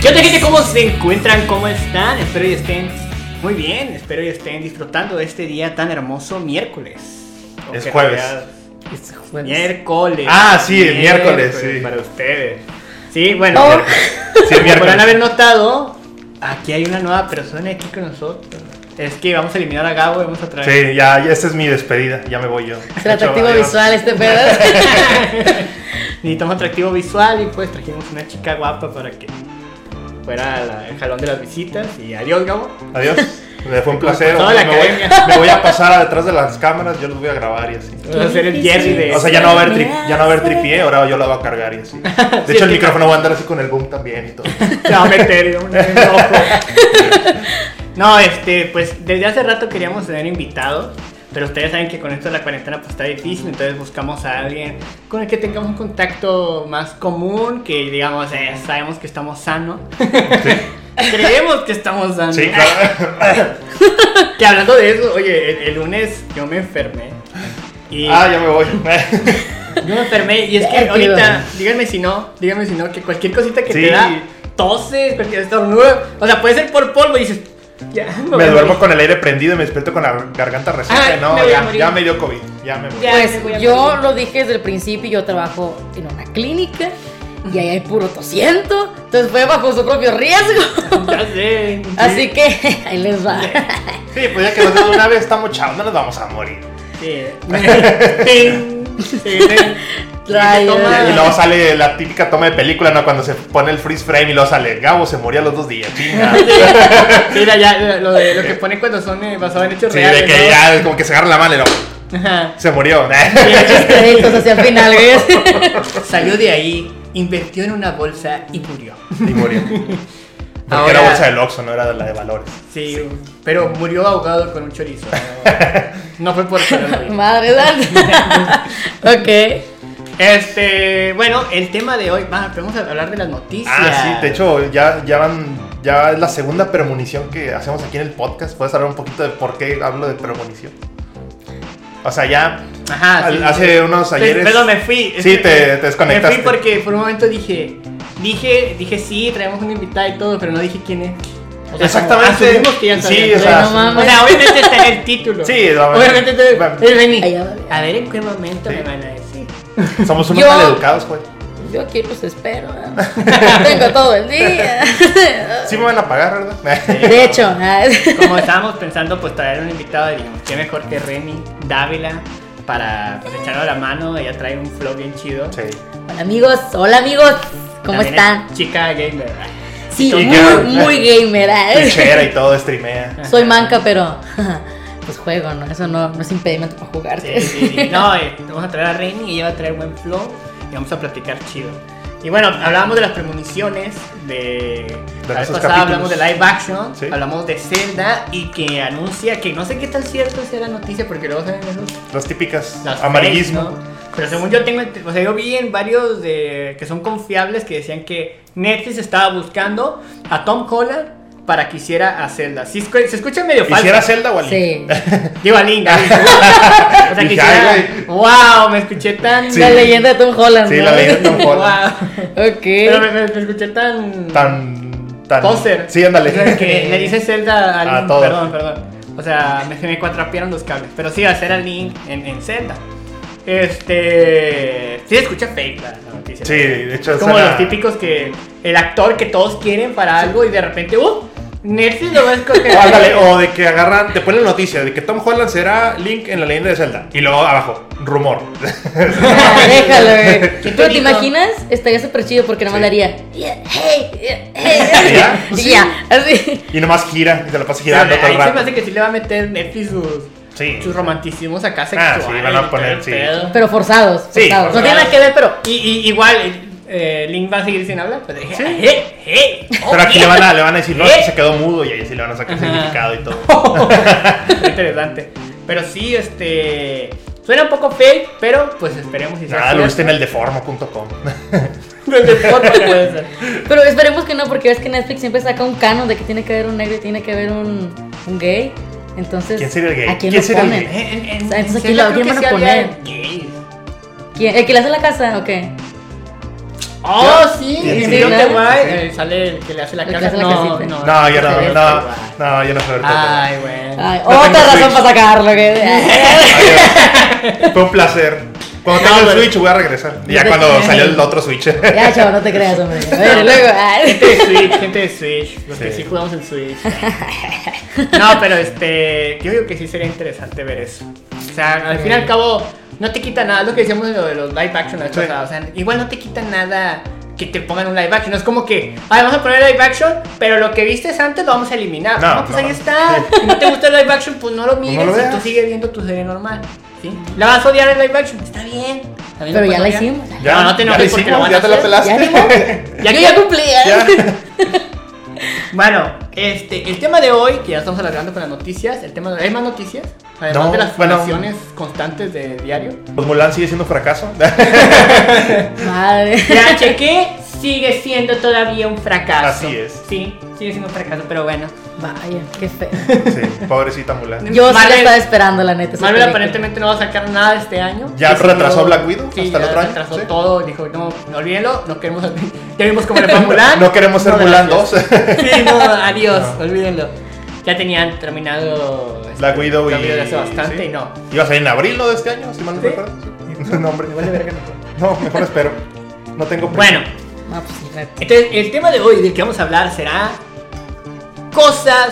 ¿Qué onda gente? ¿Cómo se encuentran? ¿Cómo están? Espero y estén muy bien, espero y estén disfrutando de este día tan hermoso miércoles. Es Aunque jueves. en Este jueves. Miércoles. Ah, sí, el miércoles, sí. Para ustedes. Sí, bueno. No. como Sí, el podrán miércoles. haber notado, aquí hay una nueva persona aquí con nosotros. Es que vamos a eliminar a Gabo, vamos a traer... Sí, ya, ya esta es mi despedida, ya me voy yo. Es el atractivo Chaval, visual este pedo. Necesitamos atractivo visual y pues trajimos una chica guapa para que fuera la- el jalón de las visitas. Y adiós, Gabo. Adiós. Me fue un placer. Toda la me, voy, academia. me voy a pasar a detrás de las cámaras, yo los voy a grabar y así. Vamos a hacer el Jerry de... O sea, ya no va a haber, tri- ya no va a haber tripié, ahora yo la voy a cargar y así. De hecho, el sí. micrófono va a andar así con el boom también y todo. Se va a meter y vamos a poner un ojo. No, este, pues desde hace rato queríamos tener invitados, pero ustedes saben que con esto de la cuarentena pues está difícil, entonces buscamos a alguien con el que tengamos un contacto más común, que digamos, eh, sabemos que estamos sanos. Creemos que estamos sanos. Ah, Sí, claro. Que hablando de eso, oye, el, el lunes yo me enfermé. Y Ah, ya me voy. yo me enfermé y es que Ay, ahorita, díganme si no, díganme si no, que cualquier cosita que Sí. te da, toses, cualquier estornudo, o sea, puede ser por polvo y dices, ya, voy Me a duermo morir. con el aire prendido y me despierto con la garganta reseca. Ay, No, me voy a ya, morir. ya me dio COVID. Ya me voy. Ya. me voy a Pues yo morir. lo dije desde el principio, yo trabajo en una clínica y ahí hay puro tosiento, entonces fue bajo su propio riesgo. Ya sé. Así que ahí les va. Sí, pues ya que nos dio de una vez estamos chavos, no nos vamos a morir. Sí. Ting, ting, ting. Trae- Y te toma- Y luego sale la típica toma de película, ¿no? Cuando se pone el freeze frame y luego sale, Gabo se murió a los dos días, chinga. Mira, ya lo, de- lo que ponen cuando son eh, basados en hechos Sí, reales. de que ¿no? ya como que se agarra la mano y luego, Ajá. se murió. Muchos créditos hacia el final, güey. Salió de ahí, invirtió en una bolsa y murió. Y murió. Porque Ahora- era bolsa del Oxxo, no era de la de valores. Sí, pero murió ahogado con un chorizo. No, No fue por coronavirus. Madre santa. ok. Este, bueno, el tema de hoy, va, vamos a hablar de las noticias. Ah, sí, de hecho, ya, ya van... Ya es la segunda premonición que hacemos aquí en el podcast. ¿Puedes hablar un poquito de por qué hablo de premonición? O sea, ya Ajá, al- Ah, sí, hace sí. unos Pe- ayeres... Perdón, me fui. Sí, Es que te- te desconectaste. Me fui porque por un momento dije, dije, dije sí, traemos una invitada y todo, pero no dije quién es. O sea, Exactamente. como asumimos que ya Sí, sabían. o sea, no mames. asumimos. O sea, obviamente está en el título. Sí, la- obviamente te- la- Ey, vení. Allá va. A ver en qué momento Sí. me van a decir. Somos unos Yo- maleducados, güey. Yo aquí pues espero. ¿verdad? Tengo todo el día. Sí me van a pagar, ¿verdad? De hecho, ah, es- Eh, Como estábamos pensando, pues traer un invitado, dijimos, qué mejor que Remy Dávila para pues, echarnos la mano. Ella trae un flow bien chido. Sí. hola amigos, hola amigos. ¿Cómo También están? es Chica gamer. Ah, Sí, Y muy, que- muy gamer. ¿eh? Twitchera y todo, streamea. Soy manca, pero pues juego, ¿no? Eso no, no es impedimento para Sí, jugarte. sí, sí. No, eh, vamos a traer a Remy y ella va a traer buen flow y vamos a platicar chido. Y bueno, hablábamos de las premoniciones, de... la vez nuestros pasada hablamos capítulos. de live action, Sí. hablamos de Zelda y que anuncia que no sé qué tan cierto sea la noticia porque luego salen esos Las típicas. las amarillismo. fakes, ¿no? Pero según yo tengo, ent- o sea, yo vi en varios de, que son confiables que decían que Netflix estaba buscando a Tom Holland para que hiciera a Zelda. Sí, escu- se escucha medio falso. ¿Hiciera Zelda o Ali? Sí. Digo a Linda. o sea, que Dije, hiciera- "Ay, güey". Wow, me escuché tan... Sí. La leyenda de Tom Holland. Sí, ¿no? la leyenda de Tom Wow. Holland. Pero Ok. me, me- me escuché tan... Tan. tan Poser. Sí, O sea, ándale. que le dice Zelda a A Link. todo. Perdón, perdón. O sea, me, se me cuatrapearon los cables. Pero sí, va a ser a Link en, en Zelda. Este. Sí, escucha fake la, la noticia. Sí, de hecho, Como suena- los típicos que. El actor que todos quieren para algo y de repente. ¡Uh! Netflix lo va a escoger. O, ándale, o de que agarran, te ponen la noticia de que Tom Holland será Link en la leyenda de Zelda. Y luego abajo, rumor. Ah, Déjalo, güey. ¿Quién te Pero te dijo? imaginas, estaría súper chido porque nomás Sí. le haría. "Yeah, hey, yeah, hey". ¿Ya? Y ya, así. Y nomás gira y te la pasa Pero girando todo ahí se el me rato. hace que sí le va a meter Netflix sus, Sí. sus romanticismos acá Ah, sexuales. sí, van a poner, y sí. pedo. Pero forzados, Sí, forzados. No tiene nada forzados. que ver, pero. Y, y- igual, eh, Link va a seguir sin hablar. Pero dije, "Eh, eh, oh, Pero aquí le van, a, le van a decir, no, es que ¿Eh? se quedó mudo y ahí sí le van a sacar Ajá. significado y todo. Interesante. Pero sí, este. Suena un poco fake, pero pues esperemos si Nada, "Ah, lo viste cierto. en el deformo.com. Desde foto puede ser. Pero esperemos que no, porque ves que Netflix siempre saca un canon de que tiene que haber un negro y tiene que haber un, un gay. Entonces, ¿Quién sería el gay? ¿a quién, ¿Quién lo sería el ponen? gay? En- en- en- O sea, entonces en aquí Zelda lo- creo ¿quién que van a sí había poner? gays. ¿Quién? ¿El que le hace la casa? Ok. Oh, sí, Sí, y sí. si no te Sí. va, eh, sale el que le hace la El que casa. hace la no, casita. no, No, yo no, Roberto no, Iguay. no, yo no soy Roberto. Ay, bueno. Ay, No otra tengo razón Switch. para sacarlo. Que... Adiós. Fue un placer. Cuando tenga No, el pero- Switch voy a regresar. Ya te- cuando salió el otro Switch. ya, chavo, no te creas, hombre. A ver, luego. ah. ay. Gente de Switch, gente de Switch, los que Sí. sí jugamos en Switch. No, pero este, yo digo que sí sería interesante ver eso. O sea, al fin y al cabo, no te quita nada, es lo que decíamos de, lo de los live action la vez Sí. pasada, O sea, igual no te quita nada que te pongan un live action. No es como que, ay, vamos a poner live action, pero lo que viste antes lo vamos a eliminar. No, No, pues no. ahí está. Si no te gusta el live action, pues no lo mires lo y tú veas. sigues viendo tu serie normal. ¿sí? La vas a odiar el live action, está bien. También Pero lo ya la puedes odiar. hicimos. No, no te ya, enojes lo porque hicimos, lo van ya a te la hacer. pelaste. Ya ni modo. Ya Yo que- ya cumplí. ¿eh? Ya. Bueno, este, el tema de hoy, que ya estamos alargando con las noticias, el tema de, ¿hay más noticias? Además No, de las bueno. fundaciones constantes de diario. Pues Mulan sigue siendo fracaso. Madre. Ya chequé, sigue siendo todavía un fracaso. Así es. Sí, sigue siendo un fracaso, pero bueno. Vaya, qué feo. Sí, pobrecita Mulan. Yo sí la Marvel- estaba esperando, la neta. esa Marvel película. aparentemente no va a sacar nada este año. ¿Ya Decidió- retrasó Black Widow Sí, hasta el ya otro año? retrasó Sí. todo. Dijo, no, no olvídenlo, no queremos. Ya vimos cómo le fue a Mulan. No queremos ser No, Mulan gracias. 2. Sí, no, adiós, olvídenlo. Ya tenían terminado. este, Black Widow y. Black Widow hace bastante sí. y no. Iba a salir en abril ¿no? de este año, si mal no Sí. recuerdo. No, hombre. Me vale verga, no. No, mejor espero. No tengo prisa. Bueno, No, pues sí, neta. entonces el tema de hoy del que vamos a hablar será cosas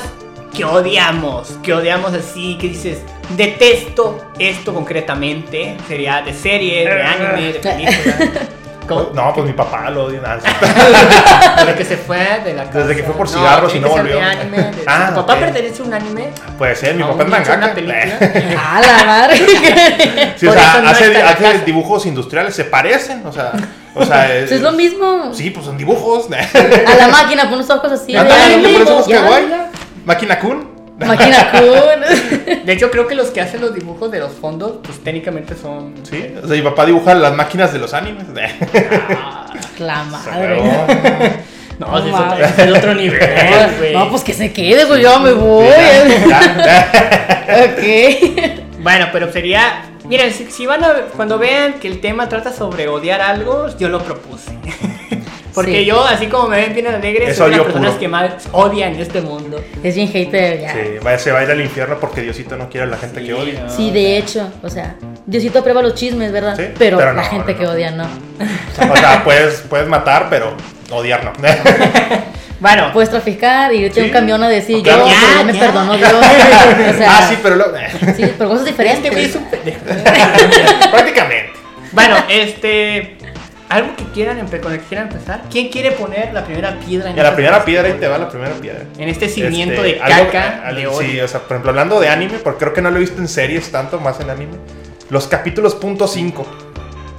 que odiamos, que odiamos así, que dices, detesto esto concretamente, sería de serie, de anime, de película. ¿Cómo? No, pues mi papá lo odia. nada. Desde que se fue de la casa. Desde que fue por cigarros y tiene no que ser de volvió. anime, de- Ah, ¿Tu papá ok. pertenece a un anime? Puede ser, mi ¿A papá es un nicho, una mangaka. película? A la madre. Sí, o Por sea, eso no hace, está en la hace casa. dibujos industriales, se parecen, o sea, o sea, Pues es lo mismo. Sí, pues son dibujos. A la máquina, pon unos ojos así. Ándale, ya, por eso los ya, kawaii. ya. Máquina Kun. Máquina cool. De hecho, creo que los que hacen los dibujos de los fondos, pues técnicamente son. Sí, o sea, mi papá dibuja las máquinas de los animes. La Pero- madre. No, sí, es Wow. otro- es el otro nivel, güey. No, pues que se quede, pues yo me voy. Sí, ya, ya. ok. Bueno, pero sería. Miren, si, si van a. Cuando vean que el tema trata sobre odiar algo, yo lo propuse. Porque Sí. yo, así como me ven bien alegre, Es soy de las odio personas puro. que más odian este mundo. Es bien hater, ya. Sí, vaya- se va a ir al infierno porque Diosito no quiere a la gente que odia. no, Sí, de hecho, o sea, Diosito aprueba los chismes, ¿verdad? Sí, pero, pero la no, gente no, que no. odia no. O sea, puedes, puedes matar, pero odiar no. Bueno, Puedes traficar y irte a un Sí. camión a decir, Ok, yo, ya, pero ya me ya. perdonó Dios. O sea, ah, sí, pero lo- sí, pero cosas este güey diferentes. es un pendejo. prácticamente. Bueno, este. Algo que quieran, empe- con el que quieran empezar. ¿Quién quiere poner la primera piedra en Y a la este- primera piedra, ahí te va la primera piedra. En este cimiento Este, de algo- caca algo- de odio. Sí, o sea, por ejemplo, hablando de anime, porque creo que no lo he visto en series tanto, más en anime. Los capítulos punto .5.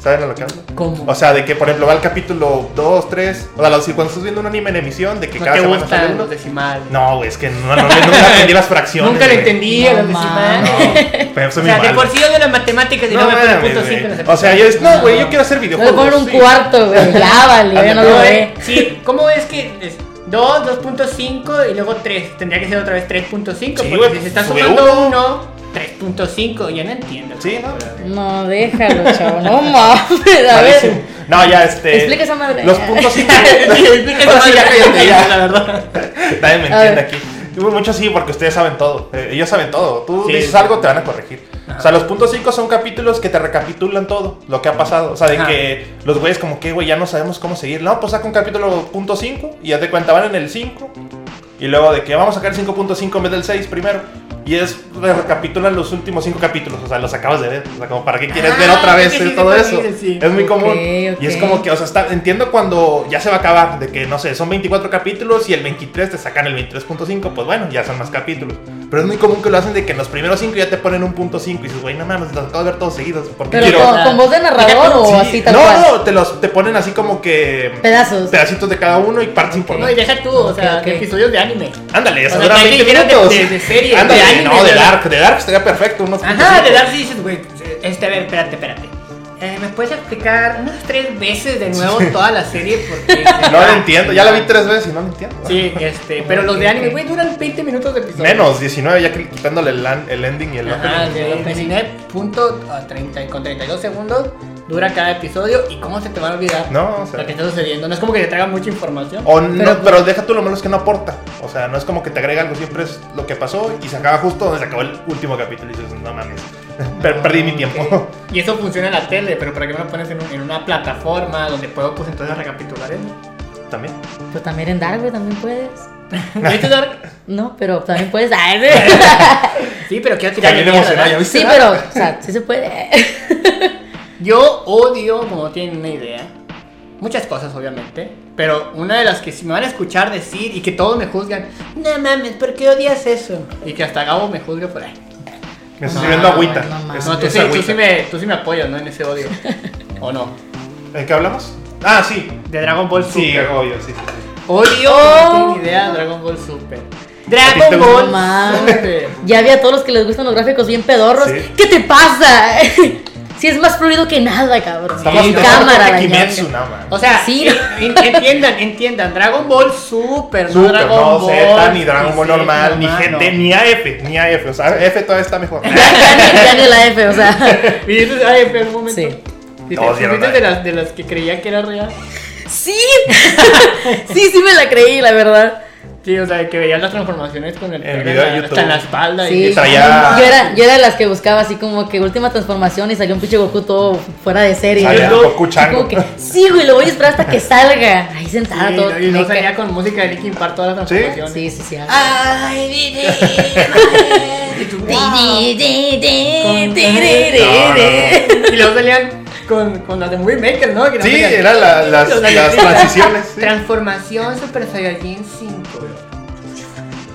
¿Saben a lo que hablo? ¿Cómo? O sea, de que, por ejemplo, va el capítulo 2, 3. O sea, los- cuando estás viendo un anime en emisión, de que no cada te semana sale gustan uno. los decimales. No, güey, es que no, no, nunca entendí las fracciones. Nunca lo güey. entendí No a los mames. decimales. No, pero soy O muy sea, de malo. por sí odio las matemáticas y No, no, me ponen mames, punto güey. cinco en las O sea, yo es, no, güey, yo quiero hacer Le voy a videojuegos. poner un sí. cuarto, güey. Ya, vale, ya no lo No, ve. eh, Sí, ¿cómo es que es 2, 2.5 y luego 3? Tendría que ser otra vez 3.5 Sí, porque güey, si se está sube sumando 1, 3.5, ya no entiendo. Sí, ¿no? No, déjalo, chavo. No mames, a Malísimo. ver. No, ya, este. Explica esa madre. Los puntos cinco. Eso Ahora sí, ya cállate, ya. la verdad. Nadie me A ver. entiende aquí. Hubo Mucho sí, porque ustedes saben todo. Eh, ellos saben todo. Tú Sí. dices algo, te van a corregir. O sea, los puntos 5 son capítulos que te recapitulan todo lo que ha pasado. O sea, de Ajá. que los güeyes como que, güey, ya no sabemos cómo seguir. No, pues saca un capítulo punto 5 y ya te cuenta, van en el 5. Y luego de que vamos a sacar el 5.5 en vez del 6 primero. Y es, re- recapitulan los últimos 5 capítulos. O sea, los acabas de ver. O sea, como para qué quieres Ah, ver otra vez sí, sí, eh, sí, todo sí, eso. sí. Es muy Ok, común. Y es ok. como que, o sea, está- entiendo cuando ya se va a acabar, de que no sé, son 24 capítulos y el 23 te sacan el 23.5, pues bueno, ya son más capítulos. Pero es muy común que lo hacen de que en los primeros 5 ya te ponen un punto 5 y dices, güey, no mames, los acabo de ver todos seguidos. Porque Pero quiero. con, con voz de narrador o Sí, así tal no, cual. no, te, los, te ponen así como que. Pedazos. Pedacitos de cada uno y partes No, y importantes. deja tú, o sea, Ok, ok. de episodios de anime. Ándale, eso O sea, dura que hay 20 que ir de- minutos. de- de serie, Ándale, de anime, no, de de- Dark, de Dark estaría perfecto. Unos Ajá, 0.5. de Darcy dices, güey, este, a ver, espérate, espérate. Eh, ¿Me puedes explicar unas tres veces de nuevo toda la serie? Porque No lo entiendo, ya la vi tres veces y no lo entiendo. Sí, este, pero los de anime, güey, duran 20 minutos de episodio. Menos 19, ya que quitándole el, an- el ending y el Ajá, opening. de los 19 punto a 30 con 32 segundos dura cada episodio y cómo se te va a olvidar No, o sea. lo que está sucediendo. No es como que te traiga mucha información. O no, pero, deja tú lo malo es que no aporta. O sea, no es como que te agrega algo, siempre es lo que pasó y se acaba justo donde se acabó el último capítulo. Y dices, no mames, per- perdí mi tiempo. Ok. Y eso funciona en la tele, pero ¿para qué me lo pones en, un- en una plataforma donde puedo pues entonces recapitular eso? También. Pues también en Dark, güey, también puedes. ¿Viste, Dark? No, pero también puedes. Ay, güey. Sí, pero quiero tirar También mierda, emocionado, ¿verdad? ya viste. sí, pero, o sea, sí se puede. Yo odio, como no tienen una idea, muchas cosas obviamente, pero una de las que si me van a escuchar decir y que todos me juzgan, no mames, ¿por qué odias eso? Y que hasta Gabo me juzgue por ahí. Me estoy No, sirviendo agüita. no mames. Es- No, tú es sí, tú Ah, agüita. sí me, tú sí me apoyas, ¿no? En ese odio. ¿O no? ¿En qué hablamos? Ah, sí. De Dragon Ball Sí, Super. obvio, sí, sí, sí. Odio, Oh. no tienen idea, Dragon Ball Super. ¿A ti te Dragon gusta? Ball No mames. Super. Ya había todos los que les gustan los gráficos bien pedorros. Sí. ¿Qué te pasa? Si es más fluido que nada, cabrón. Estamos Sí, Con no. cámara, cámara, la Kimetsu, ñanga. no mames. O sea, Sí. en- en- entiendan, entiendan, Dragon Ball Super, no Super, Dragon no Ball. Z, ni Dragon Ball Z, normal, ni hermano. GT, ni AF, ni AF. O sea, F todavía está mejor. Ya ni- ya ni la F, o sea. Y eso, ay, espera un momento. Sí. Si te Todos dieron fuiste ahí. de las, de las que creía que era real. Sí. Sí, sí me la creí, la verdad. Sí, o sea, que veías las transformaciones con el El pelo video en de la- YouTube. hasta en la espalda. Sí. Y que traía- Yo era, yo era de las que buscaba así como que última transformación y salió un pinche Goku todo fuera de serie. Salía ¿no? Goku chango. Como que, sí, güey, lo voy a esperar hasta que salga. Ahí sentada Sí, todo. y no meca. salía con música de Linkin Park todas las ¿Sí? transformaciones. Sí, sí, sí. Ay, vive. Y tú, wow. Y luego salían con, con las de Movie Maker, ¿no? Que no Sí, salían- eran la- las, O sea, las sí. transiciones. sí. Transformación Super Saiyajin 5.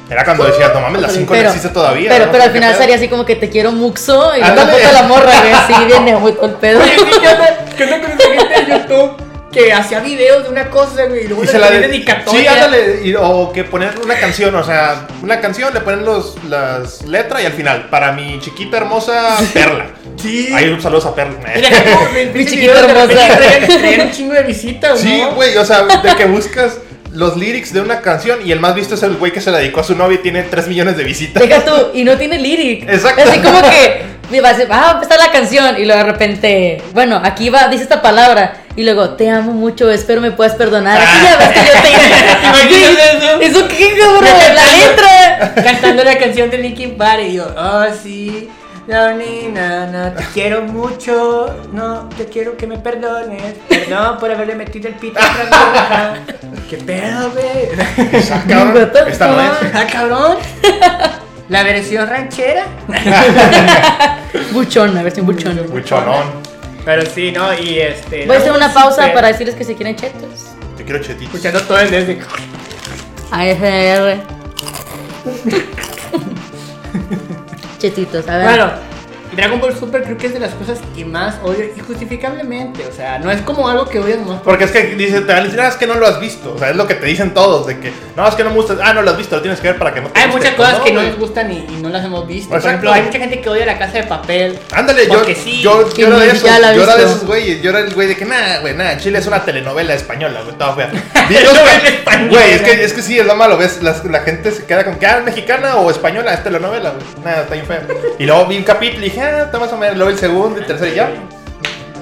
Era cuando decías, no mames, las 5 no existe todavía. Pero, ¿no? pero al ¿Qué final pedo? sería así como que te quiero muxo y luego Ándale. puta la morra, güey, así viene muy con pedo. Oye, ¿qué- ¿qué onda? ¿Qué onda con esa gente de YouTube que hacía videos de una cosa güey, y luego Y le se la ponían de- dedicatoria? Sí, ándale. y- o que poner una canción, o sea, una canción, le ponen los, las letras y al final, para mi chiquita hermosa Perla. Sí. Ahí un saludo a Perla. Mira cómo me Mi pinche video chiquita de hermosa. repente traían- traían un chingo de visitas, Sí, ¿no? güey, o sea, de que buscas los lyrics de una canción y el más visto es el güey que se la dedicó a su novia y tiene 3 millones de visitas. Deja tú, y no tiene lyric. Exacto. Así como que me va a decir, ah, empezar la canción y luego de repente, bueno, aquí va, dice esta palabra y luego, te amo mucho, espero me puedas perdonar. Aquí ya ves que yo te Imagínate eso. Güey, ¿Eso qué, cabrón? La letra. Cantando la canción de Linkin Park y yo, oh sí, no, ni, no, no, te quiero mucho, no, te quiero que me perdones, perdón por haberle metido el pito a otra vieja. ¿Qué pedo, güey? Ah, cabrón, Esta no es. Ah, cabrón. La versión ranchera. Buchón, a ver si un buchón. Buchonón. Pero sí, ¿no? Y este. Voy a hacer una pausa Super- para decirles que se quieren chetos. Yo quiero chetitos. Escuchando todo el desde. ASR. Chetitos, a ver. Bueno, Dragon Ball Super creo que es de las cosas que más odio, y justificablemente. O sea, no es como algo que odias más. Porque es que dice, te van a decir, ah, es que no lo has visto. O sea, es lo que te dicen todos, de que, no, es que no me gusta. Ah, no lo has visto, lo tienes que ver para que no te Hay guste. muchas cosas que no güey. nos gustan y, y no las hemos visto. Por Exacto. ejemplo, hay mucha gente que odia la casa de papel. Ándale, yo, Porque sí. yo, Que yo era ni de siquiera esos, la ha yo era de visto. esos güeyes, yo era el güey de que nada, güey, nada, Chile es una telenovela española, güey, estaba fea. Y yo, española. güey, güey, es que, es que sí, es lo malo, ves, las- la gente se queda con que, ah, mexicana o española, es telenovela, güey, nada, está bien fea. Y luego vi un capítulo y dije, ah, está más o menos, luego el segundo y tercero y ya.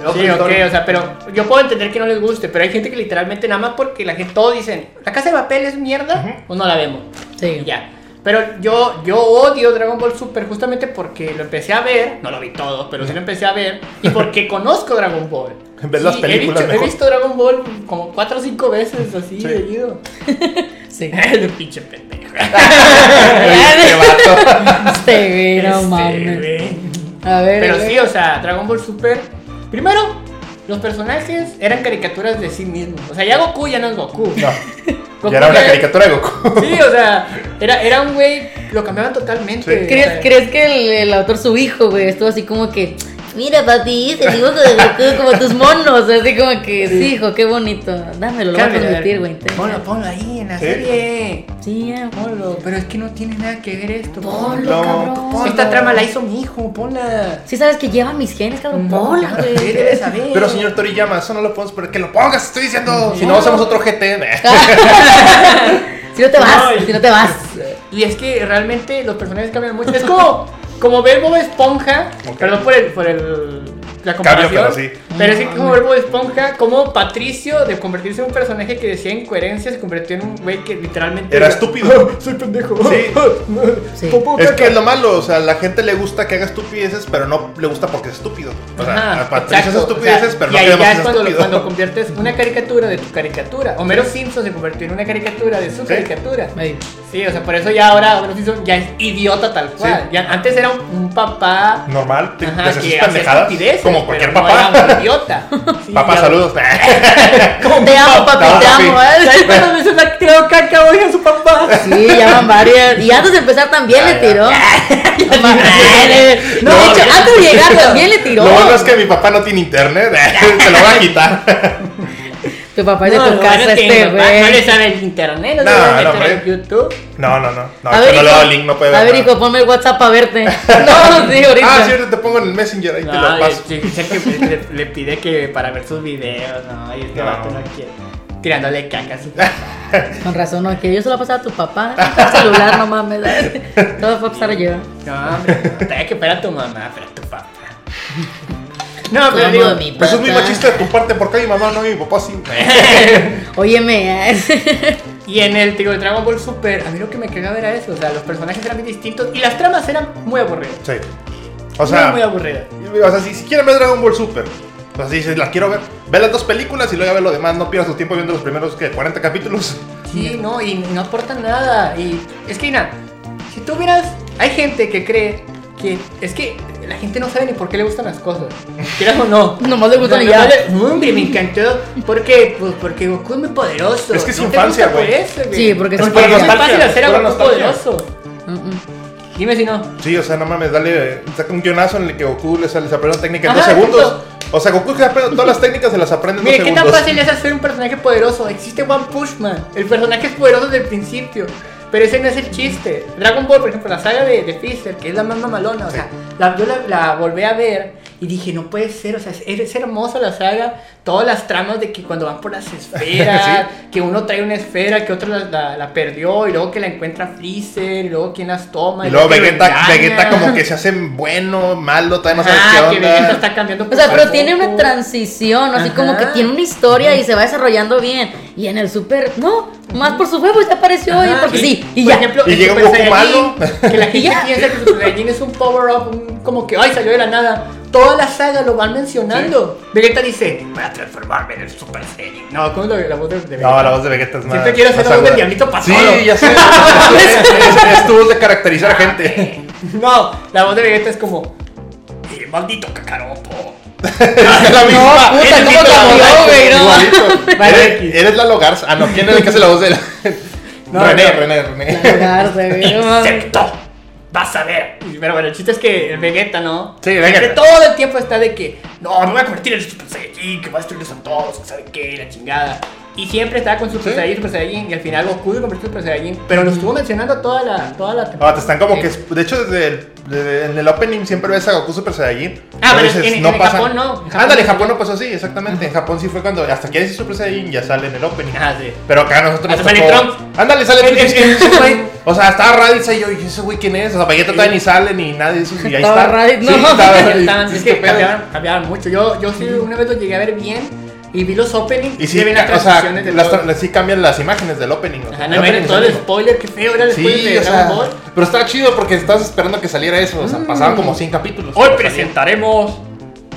Otra Sí, ok, historia. o sea, pero yo puedo entender que no les guste, pero hay gente que literalmente nada más porque la gente, todos dicen, la casa de papel es mierda, o no la vemos. Sí. Y Ya. Pero yo, yo odio Dragon Ball Super justamente porque lo empecé a ver, no lo vi todo, pero sí lo empecé a ver, y porque conozco Dragon Ball. En vez de las Sí, películas, He, dicho- he mejor. visto Dragon Ball como cuatro o cinco veces así, Sí. seguido. Sí. De pinche pendejo. Este vato. Este, güey, no Este, mames. güey. A ver. Pero Eh. güey. sí, o sea, Dragon Ball Super. Primero, los personajes eran caricaturas de sí mismos. O sea, ya Goku ya no es Goku. No, ya era una ya- caricatura de Goku. Sí, o sea, era, era un güey, lo cambiaban totalmente. Sí. o ¿Crees, sea, crees que el, el autor, su hijo, güey, estuvo así como que. Mira, papi, este dibujo de Goku como tus monos. Así como que, sí, hijo, qué bonito. Dámelo, lo voy a cámbiala, transmitir, güey. te- Ponlo, ponlo ahí en la Sí. serie. Sí, ya, güey. Ponlo, pero es que no tiene nada que ver esto. Ponlo, No, cabrón. ponlo. Esta trama la hizo mi hijo, ponla. Sí, sabes que lleva mis genes, cabrón. Ponla, Ponla, güey. debes saber. Pero señor Toriyama, eso no lo podemos poner, que lo pongas, estoy diciendo. Si no, hacemos otro GT. Si no te vas, No, si no te vas. eh, Y es que realmente los personajes cambian mucho. Es como, como ver Bob Esponja, Ok. perdón por, el, por el, la Cambio, comparación. pero sí. Pero es que como verbo de esponja, como Patricio, de convertirse en un personaje que decía incoherencia, se convirtió en un güey que literalmente. Era estúpido. Soy pendejo. Sí. Sí. Popó, Es caca. que es lo malo, o sea, la gente le gusta que haga estupideces, pero no le gusta porque es estúpido. O sea, Ajá, a Patricio es exacto, estupideces, o sea, pero y no ahí ya queremos que es sea cuando, lo- estúpido. cuando conviertes una caricatura de tu caricatura. Homero Simpson se convirtió en una caricatura de su caricatura. Ey. Sí, o sea, por eso ya ahora Homero Simpson ya es idiota tal cual. Sí. Ya, antes era un, un papá Normal, te- ajá, les haces que hacía pendejadas. estupideces, Como cualquier pero no papá. era un idiota. Sí, papá, ya- saludos. Te amo, papi, No, te papi. amo. ¿eh? ¿Sabes cuántas veces le ha tirado caca hoy a su papá? Sí, ya van varias. Y antes de empezar también le Ya, ya. tiró. No, mames. No, No, de hecho, ya. antes de llegar también le tiró. Lo bueno es que mi papá no tiene internet. Te lo va a quitar. Tu papá es de tu lo casa, bueno es que este mi papá Ah, No le güey. sabe el internet, no, No, le sabe no, meter hombre. en YouTube. No, no, no. No, A yo ver, no le he dado link, no puede hijo, a ver, hijo, ponme el WhatsApp para verte. No, sí, ahorita. Ah, sí, ahorita te pongo en el Messenger, ahí te No, lo paso. le, le- le- le- le pide que para ver sus videos, no, y este No. vato no quiere. Tirándole caca a su papá. Con razón, no, que yo se lo pasaba a tu papá. El celular, no mames. Todo fue a pasar yo. No, hombre, no, tenía que esperar a tu mamá, pero a tu papá. No, Como pero digo, mi Pues eso es muy papá. machista de tu parte, porque mi mamá no mi papá sí. Óyeme. eh. y en el digo, Dragon Ball Super, a mí lo que me cagaba era eso, o sea, los personajes eran bien distintos y las tramas eran muy aburridas. Sí. O sea, muy, muy aburridas. o sea, si, si quieren ver Dragon Ball Super, pues así dices, la quiero ver. Ve las dos películas y luego ya ve lo demás. No pierdas tu tiempo viendo los primeros ¿qué? 40 capítulos. Sí, no, y no aportan nada. Y es que, mira, si tú miras, hay gente que cree que es que la gente no sabe ni por qué le gustan las cosas. Quieras o no. Nomás le gustan y ya. nomás le- hombre, me encantó. ¿por qué? Pues porque Goku es muy poderoso. Es que es ¿No te infancia, gusta por güey. eso, güey? Sí, porque es es, pura muy nostalgia, fácil hacer a pura Goku nostalgia. poderoso. Mm, mm. Dime si no. Sí, o sea, no mames, dale, saca un guionazo en el que Goku les, les aprende una técnica en dos Ajá, segundos. exacto. O sea, Goku se aprende- todas las técnicas se las aprende en dos Mire, ¿qué tan segundos. fácil es hacer un personaje poderoso? Existe One Punch Man. El personaje es poderoso desde el principio. Pero ese no es el chiste. Dragon Ball, por ejemplo, la saga de, de Freezer, que es la más mamalona. O sea, la, yo la, la volví a ver y dije, no puede ser. O sea, es, es hermosa la saga. Todas las tramas de que cuando van por las esferas, que uno trae una esfera, que otro la, la- la perdió, y luego que la encuentra Freezer, y luego quien las toma. Y luego que lo Vegeta, engaña. Vegeta como que se hace bueno, malo, todavía no sabes Ajá, qué Ah, que onda. Vegeta está cambiando. O sea, poco a pero tiene poco. una transición, así Ajá. como que tiene una historia y se va desarrollando bien. Y en el super, no, más por su huevo ya apareció y Ajá, porque sí. sí, y Por ya. ejemplo, Y el llega un Super Goku Saiyajin, malo. Que la gente Y ya. piensa que el Super Saiyajin es un power-up, un- como que, ay, salió de la nada. Toda la saga lo van mencionando. Vegeta dice, voy a transformarme en el Super Saiyajin. No, ¿cómo es la, la voz de, de No, Vegeta? la voz de Vegeta es más. Siempre quiero hacer más la voz del aguda. Diablito Pasoro. Sí, ya sé. es, es tu voz de caracterizar a gente. No, la voz de Vegeta es como, "Eh, maldito Kakaroto. es la misma. puta, Eres ¿cómo la cambió, voz, güey? No. igualito. Vale. Eres, eres la Logarza. Ah, no, ¿quién es el que hace la voz de la... No, René, no. René, René. Claro, güey, no mames. Insecto. Vas a ver. Y, Pero bueno, el chiste es que el Vegeta, ¿no? Sí, Vegeta. Siempre todo el tiempo está de que, no, me voy a convertir en Super Saiyajin, que va a destruirlos a todos, que sabe qué, la chingada. Y siempre estaba con Super Sí. Saiyajin, Super Saiyajin, y al final Goku se convirtió en Super Saiyajin. Pero lo estuvo mencionando toda la, toda la Ah, te están como Sí. que. De hecho, desde el, de- en el opening siempre ves a Goku Super Saiyajin. Ah, pero dices, en- en- en pasa- Japón no. En Japón Ándale, en no. Japón no pasó así, exactamente. En Japón sí fue cuando hasta que dice Super Saiyajin ya sale en el opening. Ah, sí. Pero acá a nosotros Hasta sale Trunks. Ándale, sale Eh, eh, eh, Trunks, güey. eh. O sea, estaba Raditz y yo, y ese güey quién es? O sea, Vegeta todavía ni sale ni nadie de esos. Y ahí Estaba está. Raditz, Sí, no. estaba Ya Raditz. estaban, este Sí, es qué que pedo. cambiaban, cambiaban mucho. Yo, yo sí, una vez lo llegué a ver bien y vi los openings Y sí, se ven las o sea, transiciones de las todo. tra- las- sí cambian las imágenes del opening. o sea, Ajá, el no, imagínate opening todo es el el mismo. spoiler que feo era el spoiler Sí, de o Dragon sea, Ball. Mm. pero estaba chido porque estabas esperando que saliera eso. O sea, pasaban como 100 capítulos. Hoy presentaremos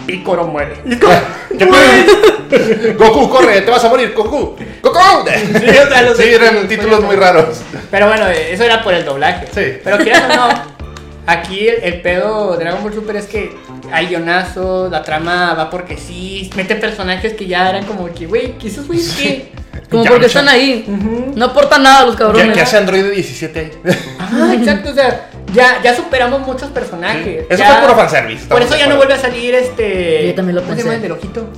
Picoro muere. ¿Qué pedo? Goku, corre, te vas a morir, Goku. Goku. Sí, o sea, los- eran títulos muy raros. Pero bueno, eh, eso era por el doblaje. Sí. Pero quieras o no, aquí el, el pedo de Dragon Ball Super es que hay guionazos, la trama va porque sí, mete personajes que ya eran como que, güey, ¿qué esos güeyes qué? Como Ya, porque mucho. están ahí. Ujú. No aportan nada los Ya cabrones. que hace Android 17 ahí. Ajá, exacto, o sea, ya, ya superamos muchos personajes. Eso Ya- fue puro fanservice. Por estamos eso de ya no vuelve acuerdo. a salir este. Yo también lo ¿Cómo se pensé. llama el del ojito?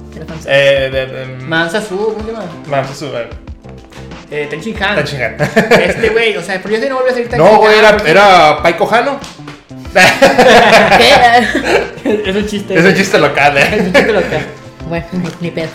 Eh, de- de- Mansa Su, ¿cómo se llama? Vamos a subir. Eh, Tenchin Han. Está chingando. Este güey, o sea, por eso ya no vuelve a salir Tenchin No, güey, Han, era, porque- era Pai Cojano. ¿Qué? Eh. Es un chiste. Es un chiste local, Es eh. un chiste local. Bueno, ni- ni pedo.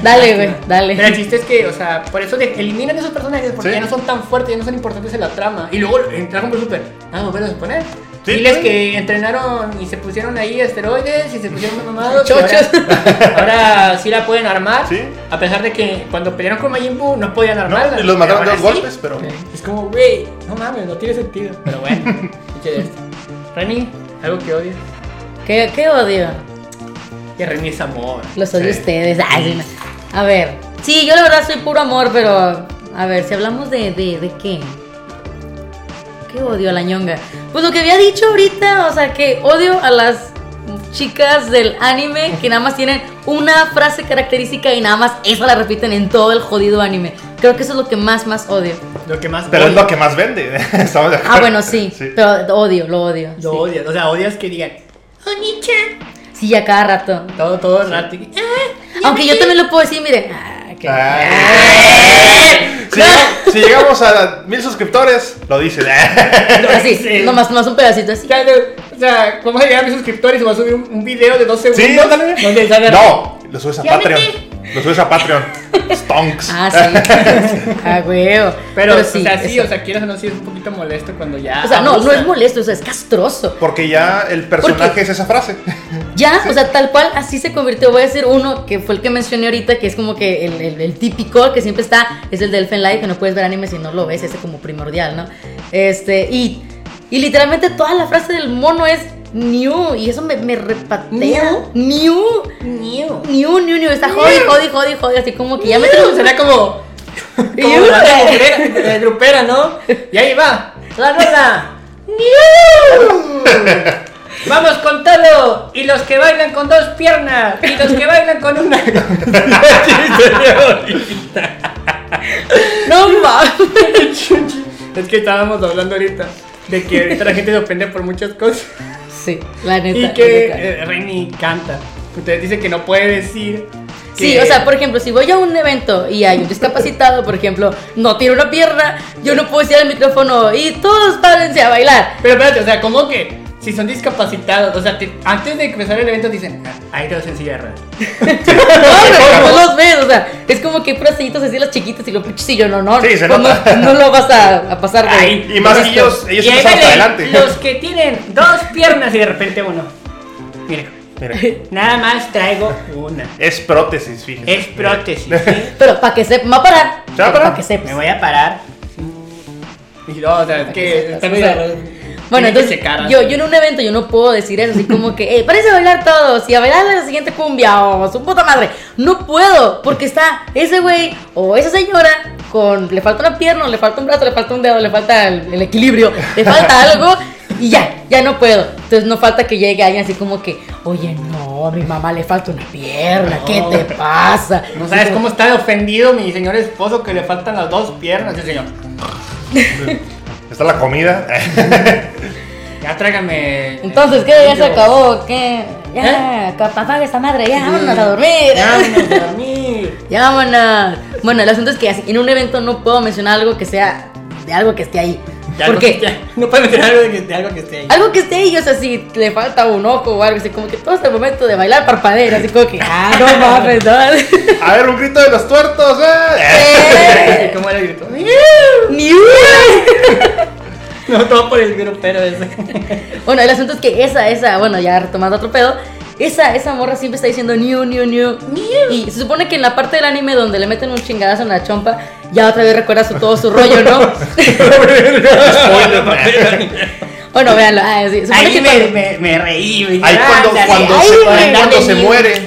Dale, güey, Pero el dale. chiste es que, o sea, por eso de- eliminan esos personajes porque Sí. ya no son tan fuertes, ya no son importantes en la trama. Y luego en Dragon Ball Super, ah, volverlos a poner. Sí, Diles sí. que entrenaron y se pusieron ahí esteroides y se pusieron mamados. y Chochos. Ahora, ahora sí la pueden armar. Sí. A pesar de que cuando pelearon con Majin Buu no podían No, armarla. y los mataron de Ahora dos sí. golpes, pero. Es como, güey, no mames, no tiene sentido. Pero bueno, pinche de esto. Reni, algo que odies. ¿Qué, qué odio? Que Reni es amor. Los odio a Sí. ustedes. Ay, sí, no. A ver. Sí, yo la verdad soy puro amor, pero. A ver, si hablamos de, de, de qué. ¿Qué odio a la ñonga? Pues lo que había dicho ahorita, o sea, que odio a las chicas del anime que nada más tienen una frase característica y nada más esa la repiten en todo el jodido anime. Creo que eso es lo que más, más odio. Lo que más Pero es odio- lo que más vende. Estamos de Ah, acuerdo. bueno, sí, pero odio, lo odio. Lo sí. odias, o sea, odias que digan "Oni-chan", Sí, a cada rato. todo, todo el rato. y- "Ah, Aunque yo también lo puedo decir, miren. ah, que- Ay. Si, llegamos- si llegamos a mil suscriptores, lo dice. Así, Sí. nomás, nomás un pedacito así. Ya, no, o sea, vamos a llegar a mis suscriptores y voy a subir un, un video de dos segundos. ándale. Donde sale No, lo subes a Ya me Patreon. Lo subes a Patreon. Stonks. Ah, sí. ah, huevo. Pero, o sea, sí, eso. o sea, quieras o no, sí es un poquito molesto cuando ya. O sea, no, no abusan. es molesto, o sea, es castroso. Porque ya el ¿Por qué? personaje es esa frase. Ya, o sea, tal cual así se convirtió. Voy a decir uno que fue el que mencioné ahorita, que es como que el, el- el típico que siempre está, es el de Elfen Light, que no puedes ver anime si no lo ves, ese como primordial, ¿no? Este, y, y literalmente toda la frase del mono es new, y eso me, me repatea. New. New. New, new, new. Está jodi, jodi, jodi, jodi, así como que ya me Pero tengo Será como. Como Iu. la banda grupera, la grupera, ¿no? Y ahí va. La rola. Vamos con todo. Y los que bailan con dos piernas. Y los que bailan con una. No mames. es que estábamos hablando ahorita. De que ahorita la gente se ofende por muchas cosas. Sí, la neta. Y la que neta. eh, Reni canta. Ustedes dicen que no puede decir. Sí, que- o sea, por ejemplo, si voy a un evento y hay un discapacitado, por ejemplo, no tiene una pierna, yo no puedo decir al micrófono y todos párense a bailar. Pero espérate, o sea, ¿cómo que? Si son discapacitados, o sea, te- antes de empezar el evento dicen, "Ah, hay dos en silla de ruedas". No, pero no los ves, o sea, es como que puras sellitos así las chiquitas y lo pinches y yo no, no, Sí, se pues, nota. no, no lo vas a, a pasar de Ay, Y más de listo. ellos, ellos Y ahí empezaron hasta ven adelante. Los que tienen dos piernas y de repente uno. Mira, Mira, nada más traigo una. es prótesis, fíjense. Es prótesis. ¿sí? Pero para que sepan, va a parar. Se va a parar. Para que Me sepan. voy a parar. Y no, o sea, es que. Para que sepas, están o sea, Bueno, entonces yo, yo en un evento yo no puedo decir eso, así como que, eh, parece bailar todos y a bailar la siguiente cumbia o su puta madre. No puedo, porque está ese güey o esa señora con, le falta una pierna, o le falta un brazo, le falta un dedo, le falta el, el equilibrio, le falta algo y ya, ya no puedo. Entonces no falta que llegue alguien así como que, oye, no, a mi mamá le falta una pierna, ¿qué No. te pasa? No sabes cómo está de ofendido mi señor esposo que le faltan las dos piernas. Sí, señor. Está la comida. Ya tráigame. Entonces, ¿qué? Ya se acabó, ¿qué? Ya, apaga esta madre, ya, vámonos a dormir. ¿Eh? Ya, vámonos a dormir. Ya, mana. Bueno, el asunto es que así, en un evento no puedo mencionar algo que sea de algo que esté ahí. Ya, no- Porque ya, No puedes mencionar algo de, que- de algo que esté ahí. algo que esté ahí, o sea, si le falta un ojo o algo así, como que todo es el momento de bailar parpadeo, así como que, ah, no mames, no. A ver, un grito de los tuertos. ¡eh! ¿Y ¿Cómo era el grito? Ni una. No, todo por el grupero ese. Bueno, el asunto es que esa, esa, bueno, ya retomando otro pedo, esa, esa morra siempre está diciendo new, new, new. Y se supone que en la parte del anime donde le meten un chingadazo en la chompa, ya otra vez recuerda su- todo su rollo, ¿no? bueno, véanlo. Ah, sí, supone que Ahí me, cuando- me, me reí, me dije, Ahí cuando, "Ándale, cuando, ay, se, güey, cuando se ándale, muere.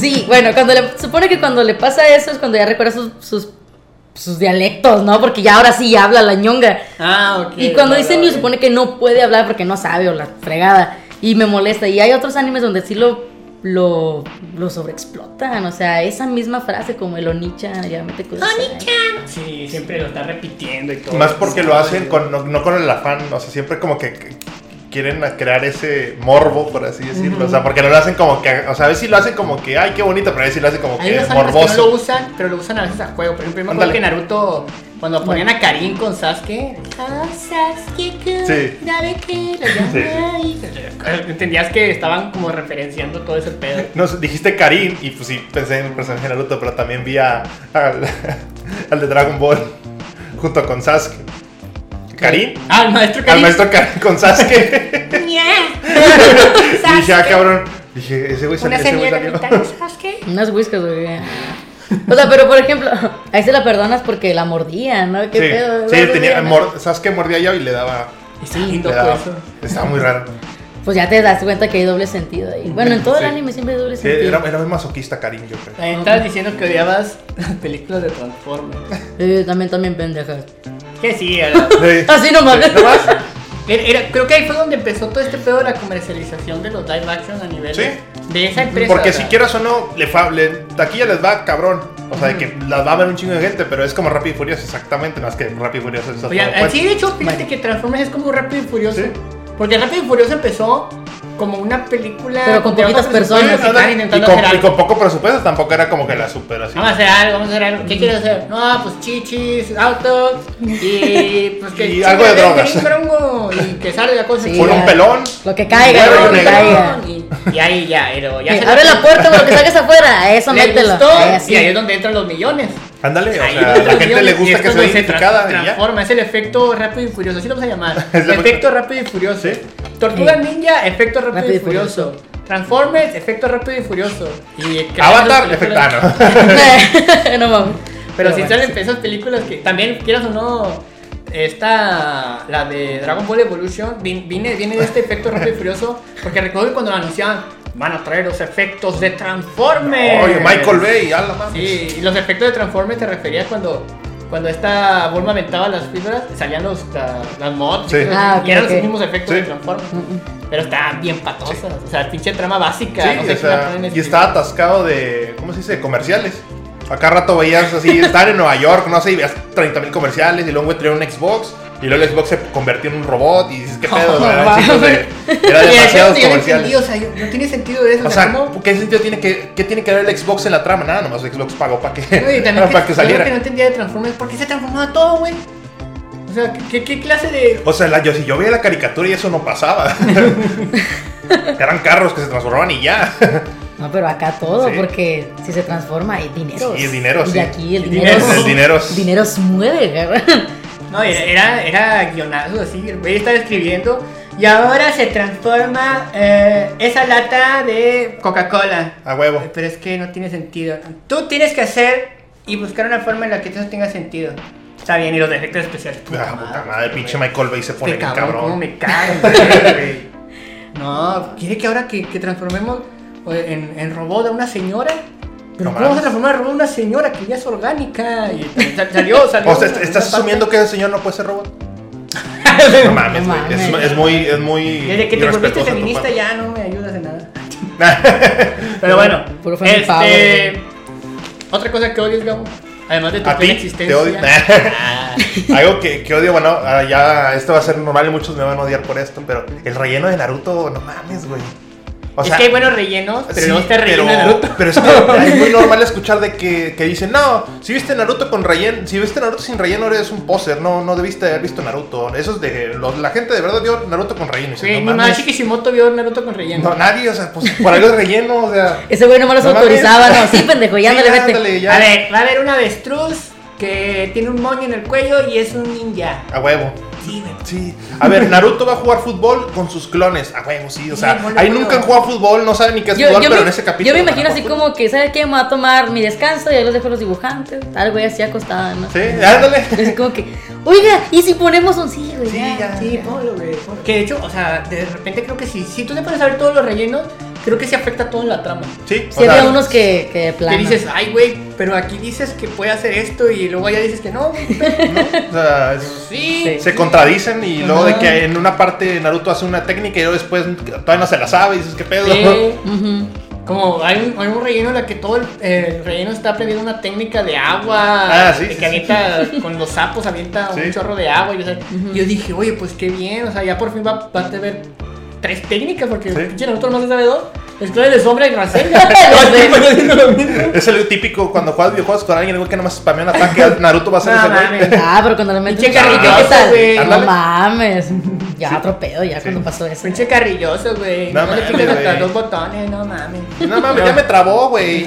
Sí, bueno, cuando le, supone que cuando le pasa eso es cuando ya recuerda sus, sus, sus dialectos, ¿no? Porque ya ahora sí ya habla la ñonga. Ah, ok. Y cuando vale, dice vale. new supone que no puede hablar porque no sabe o la fregada. Y me molesta. Y hay otros animes donde sí lo, lo, lo sobreexplotan. O sea, esa misma frase como el Onichan, ya mete cosas. ahí. Sí, siempre lo está repitiendo y todo. Más porque lo hacen con, no, no con el afán. O sea, siempre como que que quieren crear ese morbo, por así decirlo. O sea, porque no lo hacen como que. O sea, a veces sí lo hacen como que, ay, qué bonito, pero a veces sí lo hacen como Hay que unos animes que no lo Eh, morboso. usan, pero lo usan a veces a juego. Por ejemplo, yo me acuerdo que Ándale. Naruto, cuando ponían a Karin con Sasuke, ah, Sasuke-kun, Sí. dale que la llama y- Entendías que estaban como referenciando todo ese pedo. Nos dijiste Karim y pues sí pensé en el personaje de Naruto, pero también vi a- al, al de Dragon Ball junto con Sasuke. Karim. Al Ah, maestro Al Karim. maestro Karim con Sasuke. Y dije, ah, cabrón. Dije, ese güey Una salió- ese güey semilla de salió. vitaminas, ¿sabes qué? Unas whiskas, güey. O sea, pero por ejemplo, ahí se la perdonas porque la mordía, ¿no? Pues ¿Qué Sí, pedo? sí, La tenía, mordían. mor- Sasuke mordía yo y le daba. Está bien le loco daba- eso. estaba muy raro. Pues ya te das cuenta que hay doble sentido ahí. Bueno, en todo Sí. el anime siempre hay doble Sí, sentido. era, era muy masoquista Karim, yo creo. Ahí Estabas diciendo que odiabas las películas de Transformers. Eh, también, también pendejas. Ah, Que sí, era- Sí. Así nomás. ¿No más? Era- era- creo que ahí fue donde empezó todo este pedo de la comercialización de los live action a nivel Sí. de esa empresa. Porque o sea. si quieras o no, le fa, le, taquilla les va cabrón. O sea, de que las va a ver un chingo de gente, pero es como Rápido y Furioso, exactamente. Más que Rápido y Furioso es pues. Oye, hasta- pues sí, de hecho, fíjate que Transformers es como un Rápido y Furioso. Sí. Porque Rápido y Furioso empezó como una película. Pero con de bajo poquitas presupuesto personas. que estaban Ándale, y, intentando Ah, con, hacer y algo. con poco presupuesto tampoco era como que la super así. Vamos a hacer algo, vamos a hacer algo. ¿Qué quieres hacer? No, pues chichis, autos y pues que Y chingue algo de verde, drogas. y grongo, Y que salga la cosa. Sí, chida. Pon un pelón. Lo que caiga, Huevo lo que negro. caiga. Y, y ahí ya, pero ya Eh, se abre la puerta o lo que saques afuera. Eso, le mételo. gustó, Eh, sí. y ahí es donde entran los millones. Ándale, o Ahí sea, a entran la los gente le millones, y gusta es que se cuando vea identificada tra- y ya. transforma, es el efecto rápido y furioso, así lo vamos a llamar. Es la- efecto rápido y furioso. Sí. Tortuga Eh. Ninja, efecto rápido, Rápido y y furioso. furioso. Transformers, efecto rápido y furioso. Y Avatar, efecto efectano. no mames. Pero si bueno, salen sí. esas películas que también, quieras o no, esta, la de Dragon Ball Evolution, vin- viene, viene de este efecto rápido y furioso, porque recuerdo que cuando lo anunciaban, van a traer los efectos de Transformers. Oye, Michael Bay, a la madre. Sí, y los efectos de Transformers te referías cuando, cuando esta Bulma aventaba las fibras, salían los, la- las mods Sí. y, cosas Ah, así, y ok, eran ok. Mm, los mismos efectos Sí. de Transformers. Pero está bien patosa, o sea, pinche trama básica. Sí, no o sé qué la sea, ponen a y escribir. estaba atascado de, ¿cómo se dice? de comerciales. Acá rato veías así, estar en Nueva York, no sé, y veías 30 mil comerciales, y luego güey traía un Xbox, y luego el Xbox se convirtió en un robot, y dices, ¿qué pedo? No, Eran mames. chingos de- era Y eso demasiados tiene sentido, comerciales. o sea, yo- no tiene sentido eso. O sea, ¿cómo? ¿qué sentido tiene que, qué tiene que ver el Xbox en la trama? Nada, nomás Xbox pagó para que, No, y también para que Yo lo que no saliera. entendía de Transformers, ¿por qué se transformaba todo, güey? O sea, ¿qué, qué clase de...? O sea, la- yo, si yo veía la caricatura y eso no pasaba. Eran carros que se transformaban y ya. No, pero acá todo, Sí. porque si se transforma hay dinero. Sí, es dinero, Y sí. aquí el El dinero. dinero. El dinero. dinero se mueve, cabrón. No, era, era, era guionazo, así, el güey estaba escribiendo y ahora se transforma eh, esa lata de Coca-Cola. A huevo. Pero es que no tiene sentido. Tú tienes que hacer y buscar una forma en la que eso tenga sentido. Está bien, y los defectos especiales. Ah, puta madre, el pinche Michael Bay se pone Este bien cabrón, cómo cabrón. me cago, güey. No, ¿quiere que ahora que, que transformemos o en, en robot a una señora? Pero No ¿cómo vas a mames. transformar a robot a una señora que ya es orgánica? Y sal- salió, salió. O sea, una- estás una asumiendo parte. que ese señor no puede ser robot. No mames, No güey. mames. Es, es muy, es muy. Desde que te volviste irrespetuoso tu feminista parte. ya no me ayudas en nada. Pero bueno, Puro fan este, power, güey. otra cosa que odias, Gabo, además de tu ¿A plena ti? existencia. ¿Te odio? Ah, Algo que, que odio, bueno, ah, ya esto va a ser normal y muchos me van a odiar por esto, pero el relleno de Naruto, no mames, güey. O es que hay buenos rellenos, pero sí, no está relleno pero- de Naruto. Pero es que es muy normal escuchar de que, que dicen, no, si viste Naruto con relleno, si viste Naruto sin relleno eres un poser, no, no debiste haber visto Naruto. Eso es de, lo- la gente de verdad dio Naruto con relleno. Y dicen, Güey, "No mi madre mames". Kishimoto vio Naruto con relleno. No, nadie, o sea, pues por algo es relleno, o sea. Ese güey nomás los No mames. autorizaba, no. Sí, pendejo, Pues ya Sí, ándale, ya, vete. ándale, ya. A ver, va a haber un avestruz que tiene un moño en el cuello y es un ninja. A huevo. Sí, güey. Sí. A ver, Naruto va a jugar fútbol con sus clones. A huevo, sí. O sea, Sí, ahí boludo. nunca han jugado fútbol, no saben ni qué es fútbol, pero en ese capítulo. yo me van a imagino jugar así fútbol. como que, ¿sabes qué? Me voy a tomar mi descanso y ahí los dejo a los dibujantes. Algo así acostada, ¿no? Sí, ándale. Y Así como que, oiga, ¿y si ponemos un sí, güey? Sí, ya. Sí, ponlo, güey. ponlo. Que de hecho, o sea, de repente creo que si, si tú te pones a ver todos los rellenos, creo que se afecta todo en la trama. Sí, o Sí, había sea, unos que, que de plano. Que dices, ay, güey, pero aquí dices que puede hacer esto y luego allá dices que no, güey, pero ¿no? O sea, es- sí. se contradicen y luego de Ajá. que en una parte Naruto hace una técnica y luego después todavía no se la sabe y dices, ¿qué pedo? Sí. Ujú. Como hay un, hay un relleno en la que todo el, el relleno está aprendiendo una técnica de agua. Ah, sí, de sí, que avienta con los sapos, avienta un Sí. chorro de agua. Y, o sea, Yo dije, oye, pues qué bien. O sea, ya por fin va, va a tener tres técnicas porque Sí. el pinche Naruto nomás se sabe dos. El clone de sombra y Rasengan. Los Todo el tiempo haciendo lo mismo. Es el típico cuando juegas videojuegos con alguien, el güey que nomás spamea un ataque, Naruto va a ser No ese güey. mames. Ah, pero cuando le metes Pinche un chorrito, carrito, ¿qué tal? güey. Ándale. No mames. Ya otro pedo, ya cuando pasó eso. Pinche carrilloso, güey. No No, le mames, piques hasta güey. dos botones, no mames. No mames, ya me trabó, güey.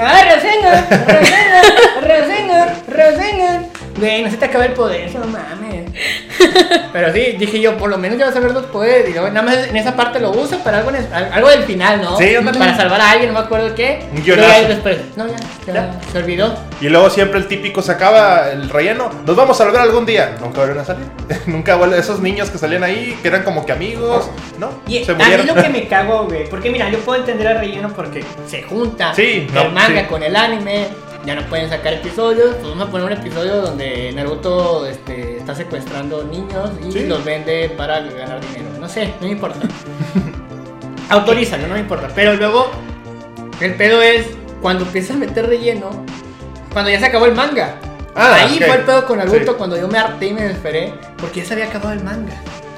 ¡Ah, Rasengan! ¡Rasengan! ¡Rasengan! ¡Rasengan! Güey, no se te acaba el poder, no mames. Pero sí, dije yo, por lo menos ya vas a ver los poderes. Y luego nada más en esa parte lo uso para algo, en es- al- algo del final, ¿no? Sí, yo también. Para salvar a alguien, no me acuerdo qué. Un Luego guionazo. ya después, no, ya, se- Ya. se olvidó. Y luego siempre el típico sacaba el relleno. Nos vamos a volver algún día. Nunca volvieron a salir. Nunca vuelven esos niños que salían ahí, que eran como que amigos. No, Y se a mí murieron. lo que me cago, güey, porque mira, yo puedo entender el relleno porque se junta Sí, el no, manga sí. con el anime, ya no pueden sacar episodios, pues vamos a poner un episodio donde Naruto este, está secuestrando niños y Sí. los vende para ganar dinero, no sé, no me importa. Autorízalo, no me importa, pero luego el pedo es cuando empiezas a meter relleno, cuando ya se acabó el manga. Ah, Ahí ok. fue el pedo con Naruto Sí. cuando yo me harté y me desesperé porque ya se había acabado el manga.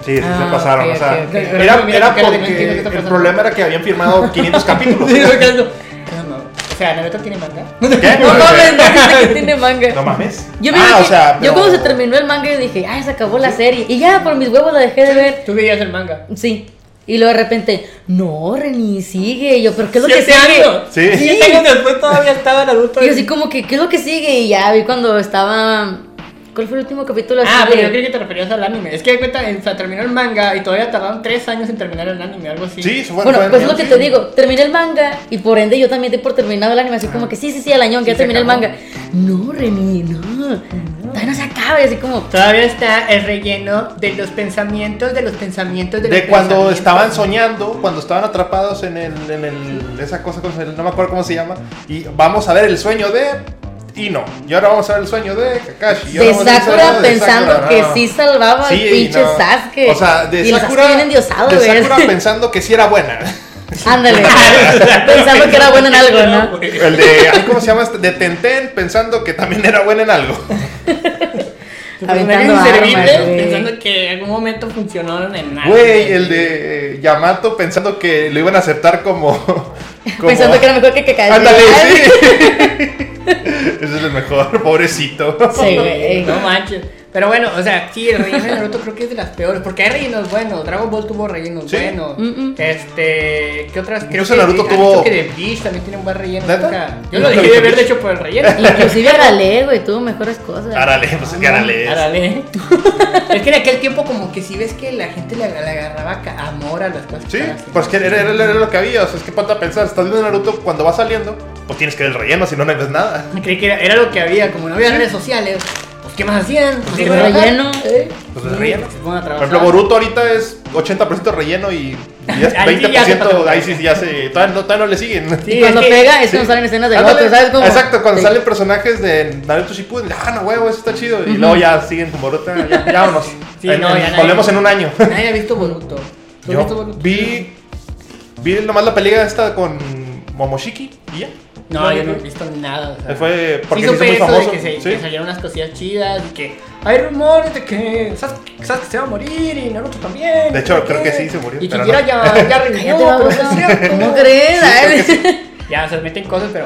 Sí, sí, Ah, se pasaron. ok, o sea, ok, ok. Mira, era, mira, era mira, mira, porque mira, mira, el problema era que habían firmado 500 capítulos. Sí, me quedo- O sea, Naruto tiene manga. ¿Qué? No mames, no sé que tiene manga. No mames. Yo, me ah, dije- o sea, yo pero- cuando se terminó el manga, yo dije, ah, se acabó la serie. Y ya por mis huevos la dejé de ver. Tú veías el manga. Sí. Y luego de repente, no, Reni, sigue. Y yo, ¿pero qué es lo que Siete sigue? años. Sí. Siete años después todavía estaba Naruto. Y yo así como que, ¿qué es lo que sigue? Y ya vi cuando estaba. ¿Cuál fue el último capítulo? Ah, Así pero de- yo creo que te referías al anime. Es que de cuenta, o sea, terminó el manga y todavía tardaron tres años en terminar el anime, algo así. Sí, se fue- Bueno, fue- pues es lo que te digo, terminé el manga y por ende yo también te por terminado el anime, así como que sí, sí, sí, al año que Sí, ya se terminé el acabó. manga. No, Reni, no, todavía no se acaba, y así como, Todavía está el relleno de los pensamientos, de los pensamientos, de, De, los cuando pensamientos. estaban soñando, cuando estaban atrapados en el, en el, esa cosa, ¿cómo se- no me acuerdo cómo se llama, y vamos a ver el sueño de Ino, y ahora vamos a ver el sueño de Kakashi. y ahora vamos a ver de el sueño Sakura de pensando Sakura, que no. sí salvaba Sí, al pinche no. Sasuke. O sea, de y el Sasuke Sakura, bien endiosado, de güey. Sakura pensando que sí era buena. Ándale, pensando que era bueno en algo, ¿no? El de, ay, ¿cómo se llama? este? De Tenten pensando que también era buena en algo. Aventando armas, Inservible, güey. pensando que en algún momento funcionaron en Ah, nada. Güey, el de eh, Yamato pensando que lo iban a aceptar como... como- Pensando que era mejor que Kakashi. Ándale, Ay, sí. Ese es el mejor, pobrecito. Sí, güey. No manches. Pero bueno, o sea, sí, el relleno de Naruto creo que es de las peores. Porque hay rellenos buenos. Dragon Ball tuvo rellenos Sí. buenos. Mm, mm. Este. ¿Qué otras? Creo Incluso que Naruto han tuvo- dicho que de Bleach también tiene un buen relleno. ¿Neta? Nunca- Yo lo Nunca dejé vi de ver, Bleach. de hecho, por el relleno. Inclusive Arale, güey, tuvo mejores cosas. Árale, pues es que árale. es. Árale. es que en aquel tiempo, como que si ves que la gente le, le agarraba ca- amor a las cosas. Sí, estaban haciendo. pues que era, era- era lo que había. O sea, es que ponte a pensar, estás viendo Naruto cuando va saliendo, pues tienes que ver el relleno, si no, no ves nada. Creí que era, era lo que había. Como no había redes sociales, pues ¿qué más hacían? Pues, Sí, iban a trabajar. relleno. ¿Eh? Pues, de relleno. Se ponen a Por trabajar. ejemplo, Boruto ahorita es 80% relleno y ya es Ahí sí ya se 20%. pasa. ahí sí ya se. Todavía no, todavía no le siguen. Sí, y cuando es que- pega es sí. cuando salen escenas del Ándale, otro, ¿sabes cómo? Exacto, cuando Sí. salen personajes de Naruto Shippuden, ah, no, huevo, eso está chido. Y luego ya siguen con Boruto, ya, ya vámonos. Sí, En- no, en- ya nadie- volvemos en un año. Nadie ha visto Boruto. ¿Tú has visto Yo Boruto? vi, vi nomás la pelea esta con Momoshiki y ya. No, No, yo no. no he visto nada. O sea. Fue porque sí se hizo supe muy eso famoso. de que, se, sí. que salieron unas cosillas chidas y que hay rumores de que Sasuke, Sasuke se va a morir y Naruto también. De y hecho, no sé creo qué. que sí se murió, Y pero Kikira no. ya, ya revivió, pero Cállate, no babosa. es cierto. ¿Cómo crees? ¿eh? Ay, Ya, se meten cosas, pero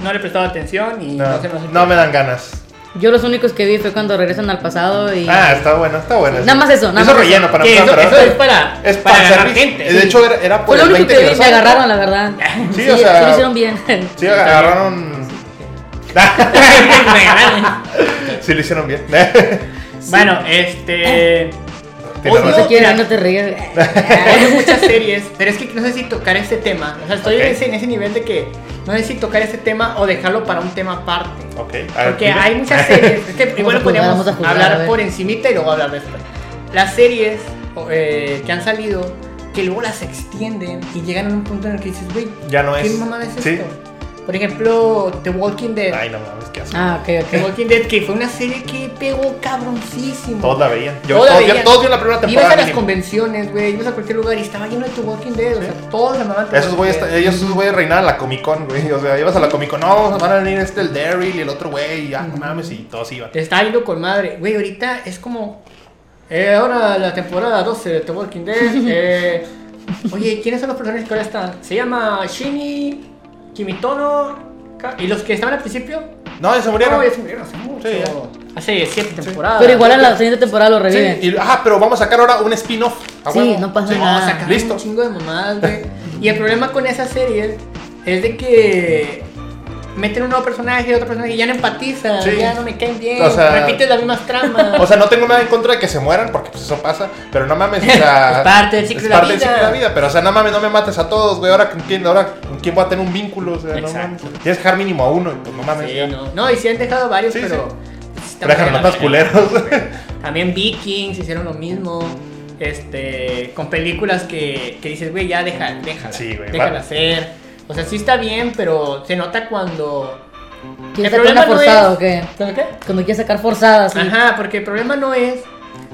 no le prestaba atención y no, No, se me hace no me dan ganas. Yo los únicos que vi fue cuando regresan al pasado y. Ah, está bueno, está bueno. Nada más eso, nada Eso más relleno eso. para Que empezar, eso, pero- eso es para, Es para para agarrar servir. gente. De hecho, era, era por Fue lo el único 20 que vi, me aniversario. agarraron, la verdad. Sí, o sea- sí lo hicieron bien. Sí, agarraron. Me ganan. sí, lo hicieron bien. Bueno, Ah. este. Tienes Odio- No razón. te quiero, mira. no te ríes. Hay muchas series, pero es que no sé si tocar este tema. O sea, estoy Ok. en, ese, en ese nivel de que no sé si tocar este tema o dejarlo para un tema aparte. Ok, a ver, Porque dime. hay muchas series. Es que a igual jugar, podríamos vamos a jugar, a hablar ver. por encimita y luego hablar después. Las series o, eh, que han salido, que luego las extienden y llegan a un punto en el que dices, güey, Ya no ¿qué es. mamada es Sí. esto? Por ejemplo, The Walking Dead. Ay, no mames, qué asco. Ah, ok, The ok. Walking Dead, que fue una serie que pegó cabroncísimo. Todos la veían. Yo, Todos la todos, yo- veían. todos vieron la primera temporada. Ibas a las mínimo. convenciones, güey, ibas a cualquier lugar y estaba lleno de tu Walking Dead, o sea, todos amaban tu Esos Walking güeyes, Dead. ellos esos güeyes reinaban la Comic Con, güey. O sea, ibas a la Comic Con, no, van a venir este, el Daryl y el otro güey, y ah, no mames, y todos iban. Te está yendo con madre. Güey, ahorita es como. eh, ahora la temporada 12 de The Walking Dead. eh, oye, ¿quiénes son los personajes que ahora están? Se llama Shinny, Kimitono. Ka- ¿Y los que estaban al principio? No, ya se murieron. No, ya se murieron hace mucho. Sí, Hace 7 temporadas. Pero igual en la siguiente temporada lo Sí, reviven. y- ah, pero vamos a sacar ahora un spin-off. a Sí, huevo. no pasa Sí. No, nada. sacaron Ah, Listo. un chingo de mamadas, güey. Y el problema con esas series es de que meten un nuevo personaje, otro personaje, ya no empatiza, Sí. ya no me caen bien, O sea- repites las mismas tramas. O sea, no tengo nada en contra de que se mueran, porque pues eso pasa, pero no mames, o sea, Es parte del ciclo es de la parte del vida. ciclo de la vida, pero o sea, no mames, no me mates a todos, güey, ahora con quién, ahora con quién voy a tener un vínculo, o sea, no mames. Exacto. Tienes que dejar mínimo a uno, y pues no mames. Sí, ya. no. no, y sí han dejado varios, Sí, pero. sí. sí está Pero déjalo buena más la pena. culeros. También Vikings hicieron lo mismo. Este, con películas que, que dices, güey, ya deja, déjala. Sí, güey, Déjala va. hacer. O sea, sí está bien, pero se nota cuando. ¿Quieres El sacar una problema no forzada es- o qué? ¿Cuándo qué? Cuando quieres sacar forzadas. Ajá, porque el problema no es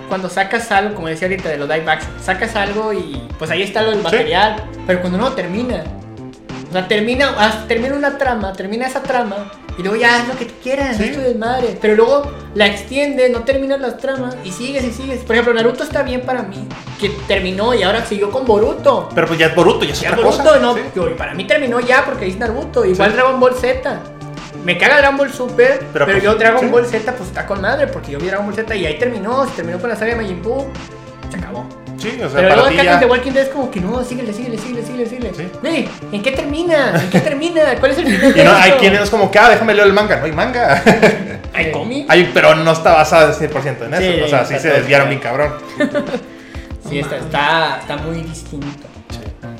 cuando sacas algo, como decía ahorita de los live action, sacas algo y pues ahí está lo del material, pero cuando no termina. O sea, termina, haz- termina una trama, termina esa trama y luego ya haz lo que tú quieras, Sí. es tu desmadre. Pero luego la extiendes, no terminas las tramas y sigues y sigues. Por ejemplo, Naruto está bien para mí, que terminó y ahora siguió con Boruto. Pero pues ya es Boruto, ya es Ya otra Naruto, cosa. no, sí. yo- para mí terminó ya porque es Naruto, igual Sí. Dragon Ball Z. Me caga Dragon Ball Super, Pero pero, pues, yo Dragon sí. Ball Z pues está con madre porque yo vi Dragon Ball Z y ahí terminó, se terminó con la saga de Majin Buu, se acabó. Sí, o sea, pero para luego ti acá ya... con The Walking Dead es como que no, síguele, síguele, síguele, síguele, síguele. Sí. Güey, ¿en qué termina? ¿En qué termina? ¿Cuál es el final? Y no, de hay esto? quienes es como que, ah, déjame leer el manga. No hay manga. ¿Hay cómic? Hay, pero no está basada al 100% en eso. Sí, o sea, sí se exacto. desviaron bien cabrón. Sí, está, está, está muy distinto.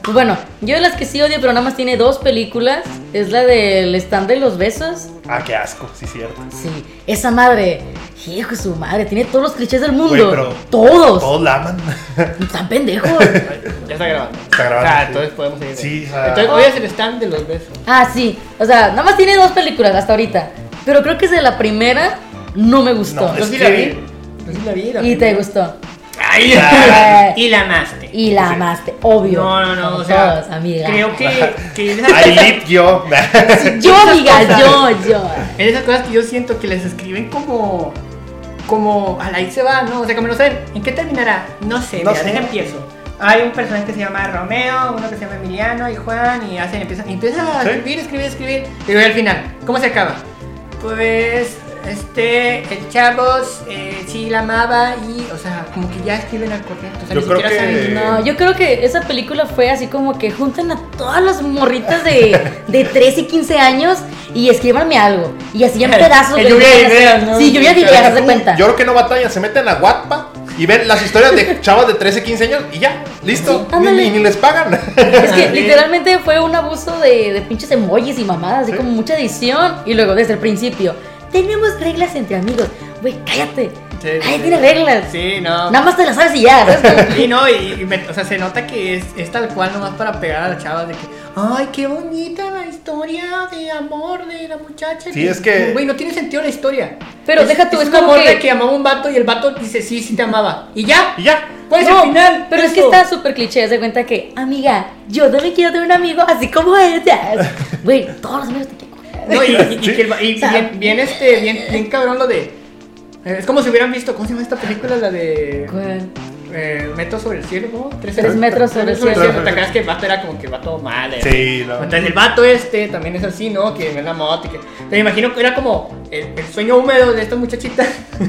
Pues bueno, yo de las que sí odio, pero nada más tiene dos películas, es la del stand de los besos. Ah, qué asco, sí, cierto. Sí, esa madre, hijo de su madre, tiene todos los clichés del mundo. Güey, pero- todos. Todos la aman. Están pendejos. Ya está grabando. Está grabando, Ah, sí. entonces podemos seguir. Sí, o sea- Entonces hoy es el stand de los besos. ah, sí. O sea, nada más tiene dos películas hasta ahorita. Pero creo que es de la primera no me gustó. No, Yo es sí que- la vi. Yo sí la vi. la y primera. te gustó. Ay, ya. y la amaste. Y la Sí. amaste, obvio. No, no, no, Como o sea, todos, amiga. creo que, que en, esas, I lit yo. Yo, amiga, cosas. yo, yo. en esas cosas que yo siento que les escriben como, como, a la ahí se va, ¿no? O sea, como no sé, ¿en qué terminará? No sé, No mira, sé. deja empiezo. Hay un personaje que se llama Romeo, uno que se llama Emiliano y Juan, y hacen, empiezan, y empiezan a Sí. escribir, escribir, escribir, y luego al final, ¿cómo se acaba? Pues, este, el chavos, eh, sí la amaba, y, o sea, como que ya escriben al corriente, o sea, Yo ni creo siquiera que- saben- No, yo creo que esa película fue así como que juntan a todas las morritas de, de 13 y 15 años y escríbanme algo. Y así en pedazos. El güey, lluvia de así- ideas, ¿no? Sí, lluvia de Deja ideas, Deja haz de tú, cuenta. Yo creo que no batallan, se meten a Wattpad y ven las historias de chavas de 13, 15 años y ya, listo. Sí, ni, ándale. ni- ni les pagan. Es que literalmente fue un abuso de, de pinches emojis y mamadas, así Sí. como mucha edición. Y luego, desde el principio, tenemos reglas entre amigos. Güey, cállate. Sí, Ay, sí. tiene reglas. Sí, no. Nada más te las sabes y ya. ¿sabes? Como- Y no, y, y me- o sea, se nota que es, es tal cual nomás para pegar a las chavas de que, ay, qué bonita la historia de amor de la muchacha. Sí, es que- Güey, no tiene sentido la historia. Pero Es- deja tú, es es un como amor que- de que amaba a un vato y el vato dice, sí, sí te amaba. Y ya. y ya. Pues No, al final. Pero es que eso. está súper cliché. Se cuenta que, amiga, yo también quiero tener un amigo así como este. Güey, todos los amigos te quieren. No, y, y- y Sí. que el va- y O sea- bien, bien, este, bien, bien cabrón lo de. eh, Es como si hubieran visto, ¿cómo se llama esta película? La de. ¿Cuál? Eh, metros sobre el cielo, ¿cómo? Tres, Tres metros sobre el el cielo. ¿Te acuerdas que el vato era como que el vato mal? eh? Sí, no. Entonces el vato este también es así, ¿no? Que ve la moto y que... Te imagino que era como el, el sueño húmedo de esta muchachita.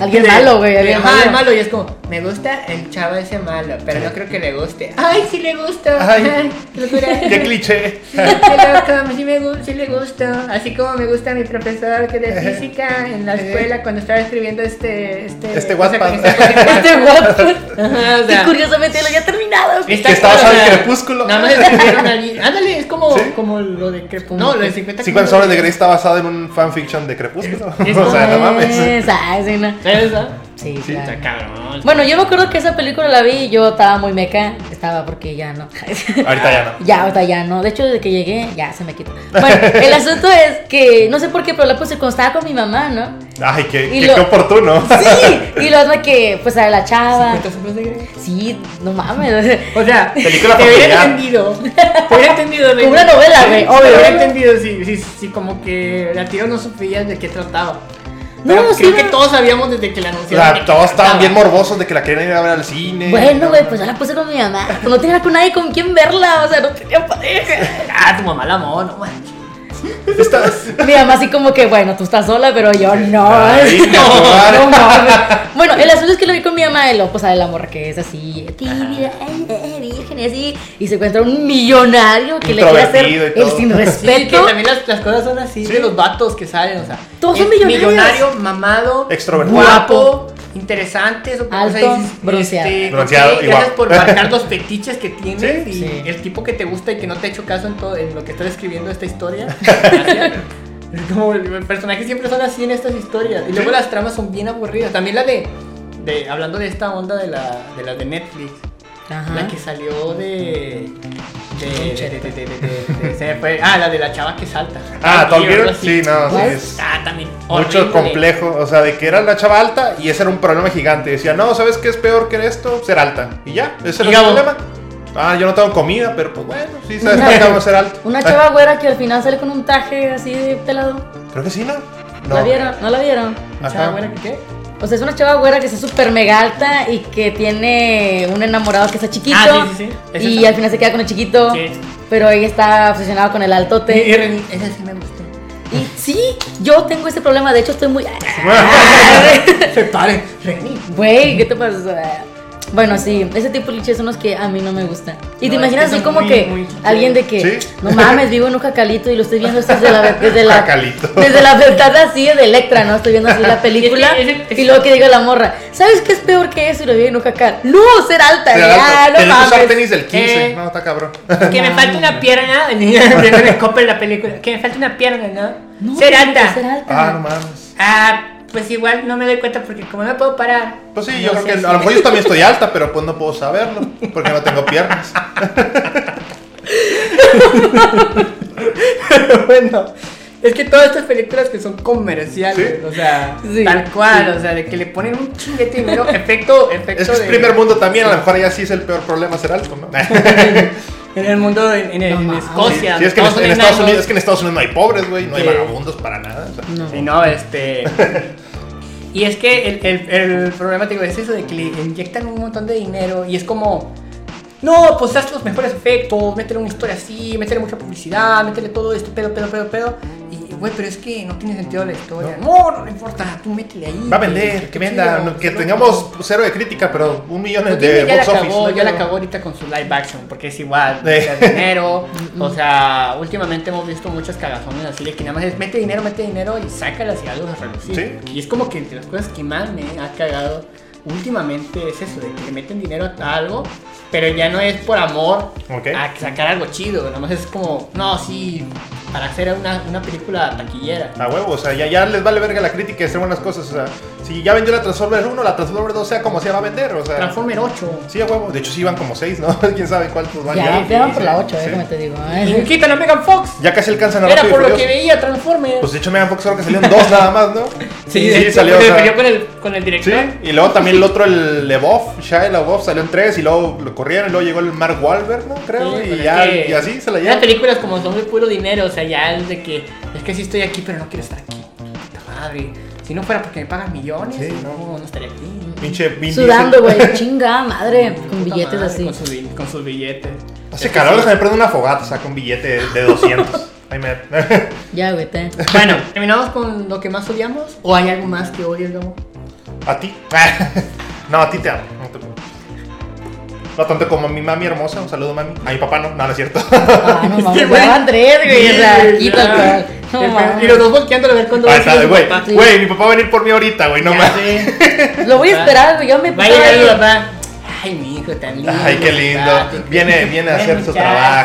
Alguien De- malo, güey, de, alguien ajá, malo. el malo. Y es como, me gusta el chavo ese malo, pero no creo que le guste. ¡Ay, sí le gusta! Ay. ¡Ay, qué locura! Qué cliché. Qué loca, sí, me gu- sí le gusta. Así como me gusta mi profesor que de física en la escuela cuando estaba escribiendo este... Este, Este cosa- Wattpad. esa cosa- Este guapo. Ajá, o sea, Y curiosamente lo había terminado. Está Que estabas claro, al o sea, crepúsculo. Nada más escribieron allí. Ándale, es como, Sí. como lo de Crepúsculo. No, lo de 50 50 soles de Grey está basado en un fanfiction de Crepúsculo. Es- o sea, no mames. Es- ay, Pues, ah, sí, no. ¿Sabes esa? Sí, Sí. claro. Está cabrón. Bueno, yo me acuerdo que esa película la vi y yo estaba muy meca. Estaba porque ya no. Ahorita ya no. Ya, o sea, ya no. De hecho, desde que llegué, ya se me quitó. Bueno, el asunto es que no sé por qué, pero la puse cuando estaba con mi mamá, ¿no? Ay, qué, Y qué, lo- qué oportuno. Sí. Y lo otro que, pues, a la chava. 50 sombras de Grey. Sí, no mames. O sea, Película te hubiera familiar. entendido. Te hubiera entendido. Como una novela, güey, Te obvio. hubiera entendido si, si, si como que al tiro no supías de qué trataba. No, Pero sí, creo no. que todos sabíamos desde que la O anunciaron. de sea, qué todos estaban trataba. bien morbosos de que la querían ir a ver al cine. Bueno, güey, pues yo la puse con mi mamá. Pues no tenía con nadie con quien verla, o sea, no tenía pareja. Ah, tu mamá la amó, no manches. Estás. Mi mamá así como que, bueno, tú estás sola, pero yo no. Ay, no, no. no mames. Bueno, el asunto es que lo vi con mi mamá de lo, pues, a la morra que es así, tibia, eh, eh, virgen, y así, y se encuentra un millonario que le quiere hacer Introvertido y el todo. sin Sí, que respeto. también las, las cosas son así, Sí. de los vatos que salen, o sea. Todos es son millonarios. Millonario, mamado, Extrovertido. guapo, interesante, eso, Alto, bronceado. Bronceado y este, pues, gracias guapo. por marcar los fetiches que tienes Sí. y Sí. el tipo que te gusta y que no te ha hecho caso en, todo, en lo que estás escribiendo esta historia. Gracias. Es como el personaje siempre son así en estas historias. Y luego las tramas son bien aburridas. También la de, de hablando de esta onda de la de, la de Netflix. La Ajá. que salió de. De, de, de, de- de- de- de- se me fue. Ah, la de la chava que salta. Ah, Top Gear, algo Gear, así. sí, no, sí, ¿Cuál? es Ah, también. mucho horrible. complejo. O sea, de que era la chava alta y ese era un problema gigante. Y decía, no, ¿sabes qué es peor que esto? Ser alta. Y ya, ese era el Digamos. problema. Ah, yo no tengo comida, pero pues bueno, sí, ¿sabes qué? Acabo de ser alto. Una Ah, chava güera que al final sale con un taje así de pelado. Creo que sí, ¿no? ¿La vieron? ¿No la vieron? Ajá. Chava, buena que qué? O sea, es una chava güera que está súper mega alta y que tiene un enamorado que está chiquito. Ah, sí, sí, sí. Es Y esa. al final se queda con el chiquito. Sí. Pero ella está obsesionada con el altote. Gear, Esa sí me gustó. Y sí, yo tengo ese problema. De hecho, estoy muy. Se pare, Reni. Güey, ¿qué te pasa? Bueno, sí, ese tipo de clichés son los que a mí no me gustan. Y te No, imaginas es que son así como muy, que muy alguien de que, Sí. no mames, vivo en un jacalito y lo estoy viendo desde la, desde la, Jacalito. desde la ventana así de Electra, ¿no? Estoy viendo así la película Y es que ese- y luego que diga la morra, ¿sabes qué es peor que eso? Y lo vivo en un jacal. ¡No, ser alta! Ser ya, alto. no Tenía que usar mames. tenis del 15. Eh. No, está cabrón. Que me falta una pierna. Viendo el scope en la película. Que me falta una pierna, ¿no? No, Ser tiene que alta. Ser alta. Ah, no mames. Ah, pues igual no me doy cuenta porque como no puedo parar. Pues sí, No yo creo sé que si- a lo mejor yo también estoy alta, pero pues no puedo saberlo, porque no tengo piernas. bueno, es que todas estas películas que son comerciales, Sí. o sea, Sí. tal cual, o sea, de que le ponen un chinguete de dinero, efecto, efecto. Es que es de- primer mundo también, a lo mejor ya sí es el peor problema ser alto, ¿no? En el mundo, en, en, en mames. Escocia. Sí, es que en, todos son en Estados enanos. Unidos, es que en Estados Unidos no hay pobres, güey, no hay Sí. vagabundos para nada. o sea. No. Sí, no, este. Y es que el, el, el problema, te digo, es eso de que le inyectan un montón de dinero y es como. No, pues haz los mejores efectos, métele una historia así, métele mucha publicidad, métele todo esto, pedo, pedo, pedo, pedo. Y, güey, pero es que no tiene sentido la historia. No, no, no importa, tú métele ahí. Va a vender, que venda, no- que tengamos cero de crítica, pero un millón de de Pues ya Pues box la office. acabó, ¿no? ya la acabó ahorita con su live action, porque es igual, Sí. o sea, dinero, o sea, últimamente hemos visto muchas cagazones así de que nada más es mete dinero, mete dinero y sácalas y algo a relucir. Sí. Y es como que entre las cosas que más me ha cagado últimamente es eso, de que le meten dinero a algo, pero ya no es por amor Ok. a sacar algo chido, nada más es como, no, sí, para hacer una, una película taquillera. A huevo, o sea, ya, ya les vale verga la crítica y hacer buenas cosas. O sea, si ya vendió la Transformer 1, la Transformer 2, sea como sea, va a vender. O sea, Transformer 8. sí, a huevo. De hecho, sí iban como 6, ¿no? Quién sabe cuántos van. Ya, te van por la 8, Sí. eh, como te digo. Y Ay. quitan a Megan Fox. Ya casi alcanzan a Era Rápido y por lo que Furioso. veía Transformers. Pues de hecho, Megan Fox creo que salieron dos nada más, ¿no? Sí, sí, de hecho, pues, salió. o se sea, peleó con el, con el Sí, director. y luego también el otro, el Lebov, Shia Lebov, salió en tres y luego lo corrieron y luego llegó el Mark Wahlberg, ¿no? Creo, Sí, y, pues ya, es que y así se la Las llevan. películas como son de puro dinero, o sea, ya es de que es que sí estoy aquí, pero no quiero estar aquí. Puta madre. Si no fuera porque me pagan millones, Sí, no, no estaría aquí. Pinche Vin Diesel. Sudando, güey, chinga madre, con Puta billetes madre, así. Con, su bi- con sus billetes. Hace Es que calor, sí. déjame prender una fogata, saca un billete de 200. Ay, me... Ya, güey, te. Bueno, ¿terminamos con lo que más odiamos? ¿O hay algo más que odies, Gabo? ¿A ti? no, a ti te amo. No, te preocupes. No tanto como a mi mami hermosa, un saludo mami. A mi papá no, no, no es cierto. Ah, no mames, Sí, ya güey. van tres, güey. O sea, quítate. No Y mames. los dos volteando a ver cuándo va a Ahí Ah, está, ser güey, papá. Sí. güey, mi papá va a venir por mí ahorita, güey, no Ya más. sé. Lo voy a esperar, güey. Yo me Va a llegar el papá. Ay, mi hijo tan lindo. Ay, qué lindo. simpático. Viene- viene a Buen hacer su muchacho,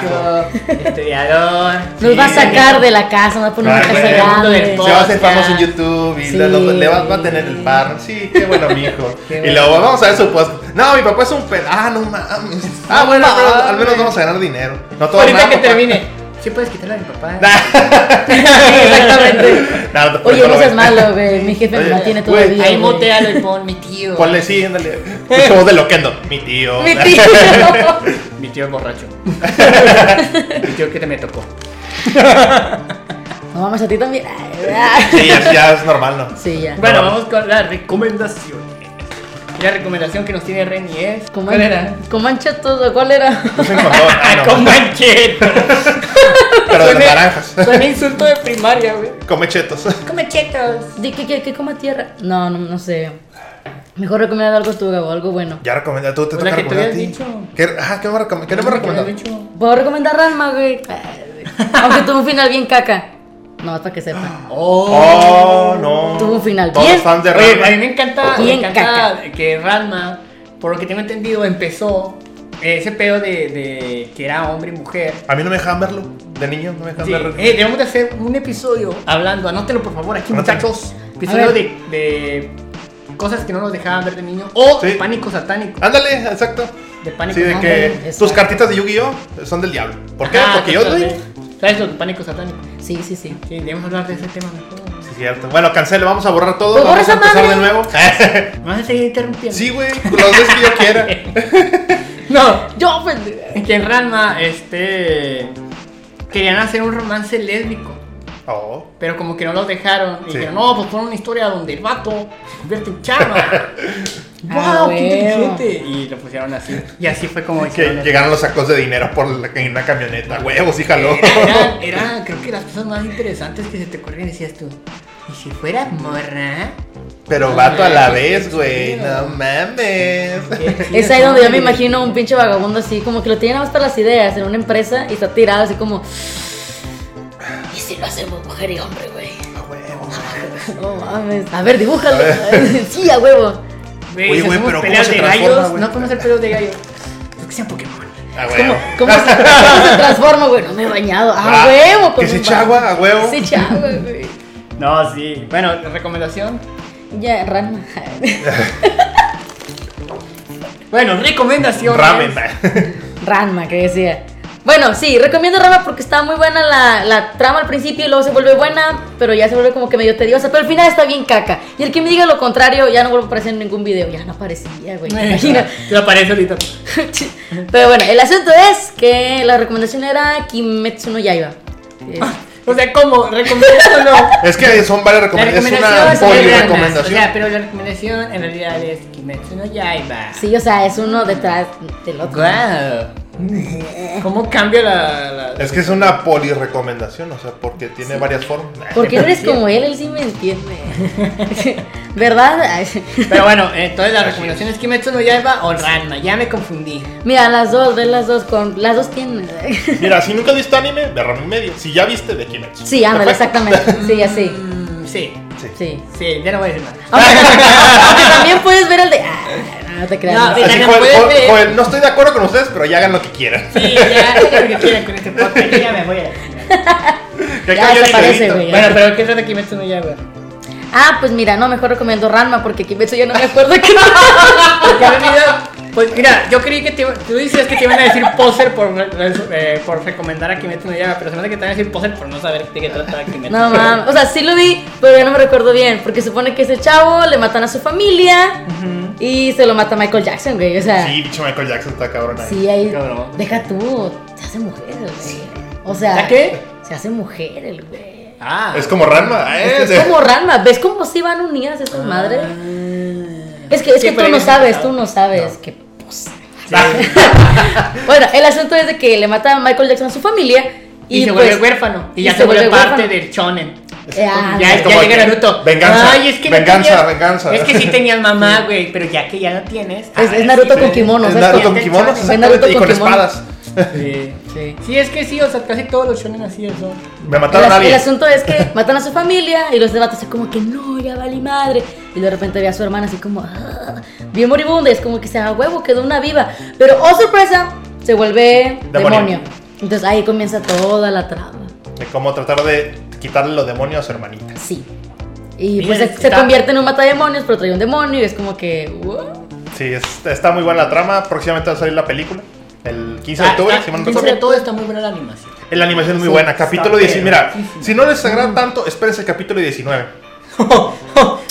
trabajo. Estudiador. Nos va a Sí. sacar de la casa, nos va a poner una Ay, casa güey. grande. Del Se va a hacer Podcast. famoso en YouTube y Sí. le, lo- le va, va a tener el par. Sí, qué bueno, mijo. Qué Y luego vamos a ver su post. No, mi papá es un pedo. Ah, no mames. Ah, bueno, No pero mames. al menos vamos a ganar dinero. No todo Ahorita nada, que papá. termine. Sí puedes quitarle a mi papá. Nah. Exactamente. No, no te- Oye, no lo seas ves. malo, güey. Mi jefe me Oye, mantiene güey, todavía. Ahí güey. motealo y pon mi tío. Ponle sí, ándale. Mucho voz de loquendo. Mi tío. Mi tío. Mi tío es borracho. mi tío que te me tocó. No mames, a ti también. Ay, ay. Sí, ya, ya es normal, ¿no? Sí, ya. Bueno, vamos con las recomendaciones. Y la recomendación que nos tiene Reni es. Coman- ¿Cuál era? Coman chetos, ¿cuál era? Usen condón. Ah, no. Con mancheto. Pero de las Suena- naranjas. Suena insulto de primaria, güey. Come chetos. Come chetos. ¿De qué, qué, qué coma tierra? No, no, no sé. Mejor recomienda algo tú, Gabo, algo bueno. Ya recomendé, tú te Pues la toca que tú recomendar a ti. habías dicho. ¿Qué, ah, ¿qué me, recom ¿qué no me recomendaste? ¿Puedo recomendar Ranma, güey? Ay, Aunque tuvo un final bien caca. Ah. No, hasta que sepan. Oh, no. Tuvo un final Todos bien. fans de Oye, Ranma. a mí me encanta, me Bien encanta que Ranma, por lo que tengo entendido, empezó ese pedo de, de que era hombre y mujer. A mí no me dejaban verlo. De niño no me dejaban Sí. verlo. Eh, debemos de hacer un episodio hablando, anótelo por favor aquí Anótalo. muchachos, episodio A de, de cosas que no nos dejaban ver de niño o Sí. pánico satánico, Ándale, exacto. de pánico Sí, Ah, de que Exacto. tus cartitas de Yu-Gi-Oh son del diablo. ¿Por qué? Ah, Ajá, Porque yo doy. totalmente. ¿Sabes lo de pánico satánico? Sí, sí, sí. Sí, debemos hablar de ese tema mejor. Sí, cierto. Bueno, cancelo, vamos a borrar todo. Pues borra vamos a esa empezar madre. de nuevo. ¿Me vas a seguir interrumpiendo? sí, güey, las veces que yo quiera. No, Yo, pendeja. que en Ranma, este. Querían hacer un romance lésbico, Oh. pero como que no los dejaron. Y Sí. dijeron, no, pues pon una historia donde el vato se convierte en chava. Ah, ¡Wow! ¡Qué huevo. inteligente! Y lo pusieron así. Y así fue como Que hicieron el- llegaron los sacos de dinero por la, en una camioneta. Huevos, híjalo. Era, era, creo que las cosas más interesantes que se te ocurren decías tú. ¿Y si fueras morra? Pero vato a la Ay, vez, qué güey. chido. No mames. Es ahí donde yo me imagino un pinche vagabundo así, como que lo tienen hasta las ideas en una empresa y está tirado así como. ¿Y si lo hacemos mujer y hombre, güey? A huevo. No mames. A ver, dibújalo. sí, a huevo. Oye, güey, pero ¿cómo se de transforma, gallos? güey? No podemos hacer peleas de gallos. Es que sean Pokémon. A ¿Cómo, huevo. cómo se, cómo se transforma, güey? No me he bañado. A Ah, huevo, Que con se un echa baño. agua, a huevo. Se echa agua, güey. No, sí. Bueno, recomendación. Ya, Ranma. Bueno, recomendación. Ramen. Ranma, que decía. Bueno, sí, recomiendo Ranma porque está muy buena la, la trama al principio y luego se vuelve buena, pero ya se vuelve como que medio tediosa, pero al final está bien caca. Y el que me diga lo contrario ya no vuelve a aparecer en ningún video, ya no aparecía, güey. ¿te imaginas? Te aparece ahorita. pero bueno, el asunto es que la recomendación era Kimetsu no Yaiba. Eh, O sea, ¿cómo? ¿Recomendación o no? Es que son varias recomendaciones. Es una son poli veganas, recomendación. O sea, pero la recomendación en realidad es Kimetsu no Yaiba. Sí, o sea, es uno detrás del otro. Wow. ¿Cómo cambia la, la- Es que es una poli recomendación, o sea, porque tiene varias formas. ¿Por qué no eres como él? Él sí me entiende. ¿Verdad? Ay, Pero bueno, eh, entonces la recomendación es Kimetsu no Yaiba o Ranma. Ya me confundí. Mira, las dos, ves las dos con. Las dos tienen. Mira, si nunca viste anime, de Ramen Medio. Si ya viste, de Kimetsu. Sí, ándale, Perfecto. exactamente. Sí, Ah, así. Mm, sí, Sí. sí, ya no voy a decir más. Aunque, aunque también puedes ver el de. Ah, no, no te creas. No, No, Así, Ya no Joel, puedes Joel- ver. Joel, no estoy de acuerdo con ustedes, pero ya hagan lo que quieran. Sí, ya, hagan lo que quieran con este podcast. Yo ya me voy a Que Ya caiga el se parece, dedito. güey. Bueno, pero ¿qué trata Kimetsu no Yaiba? Ah, pues mira, no, mejor recomiendo Ranma porque Kimetsu yo no me acuerdo que Porque en realidad, Pues mira, yo creí que te, iba- tú dices que te iban a decir poser por, eh, por recomendar a Kimetsu no Yaiba, pero se me hace que te van a decir poser por no saber de qué trata Kimetsu. No mames. O sea, sí lo vi, pero ya no me recuerdo bien. Porque supone que ese chavo le matan a su familia Ujú. y se lo mata Michael Jackson, güey. O sea. Sí, bicho Michael Jackson está cabrón ahí. Sí, ahí. Cabrón. Deja tú, se hace mujer, el güey. O sea. ¿La qué? Se hace mujer el güey. Ah. Es como Ranma. eh, Es de- como Ranma, ¿ves cómo sí van unidas esas madres? Es que, es que Ah. Sí, pero tú no ya sabes, está. tú no sabes No. qué pos- Bueno, el asunto es de que le mata a Michael Jackson a su familia y, Y, se pues, vuelve huérfano. Y ya y se, vuelve, parte huérfano. del shonen. Eh, ah, ya, Es ya como llega que- Naruto. venganza, Ay, es que no venganza, tenías- venganza. Es que sí tenías mamá, güey, pero ya que ya no tienes. Es- ah, es Naruto sí, con sí. kimono, Es ¿sabes? Naruto cómo? con kimona's, Es exactamente, Naruto y con con kimono. espadas. Sí. Sí. Sí, es que sí, o sea, casi todos los shonen así son. Me El, mataron a as- el alguien. asunto es que matan a su familia y los demás así como que no, ya vale madre. Y de repente ve a su hermana así como ah, bien moribunda. y es como que se haga huevo, quedó una viva. Pero oh sorpresa, se vuelve demonio. Demonio. Entonces ahí comienza toda la trama. De cómo tratar de quitarle los demonios a su hermanita. Sí. Y Bien, pues se- se está- convierte en un matademonios, pero trae un demonio y es como que. "What?". Sí, es- está muy buena la trama. Próximamente va a salir la película. El 15 de Ah, octubre, está- si mal no dentro recuerdo. de todo está muy buena la animación. La animación es muy Sí, buena. Capítulo está 10. Mira, perrísimo. si no les agrada tanto, espérense el capítulo 19.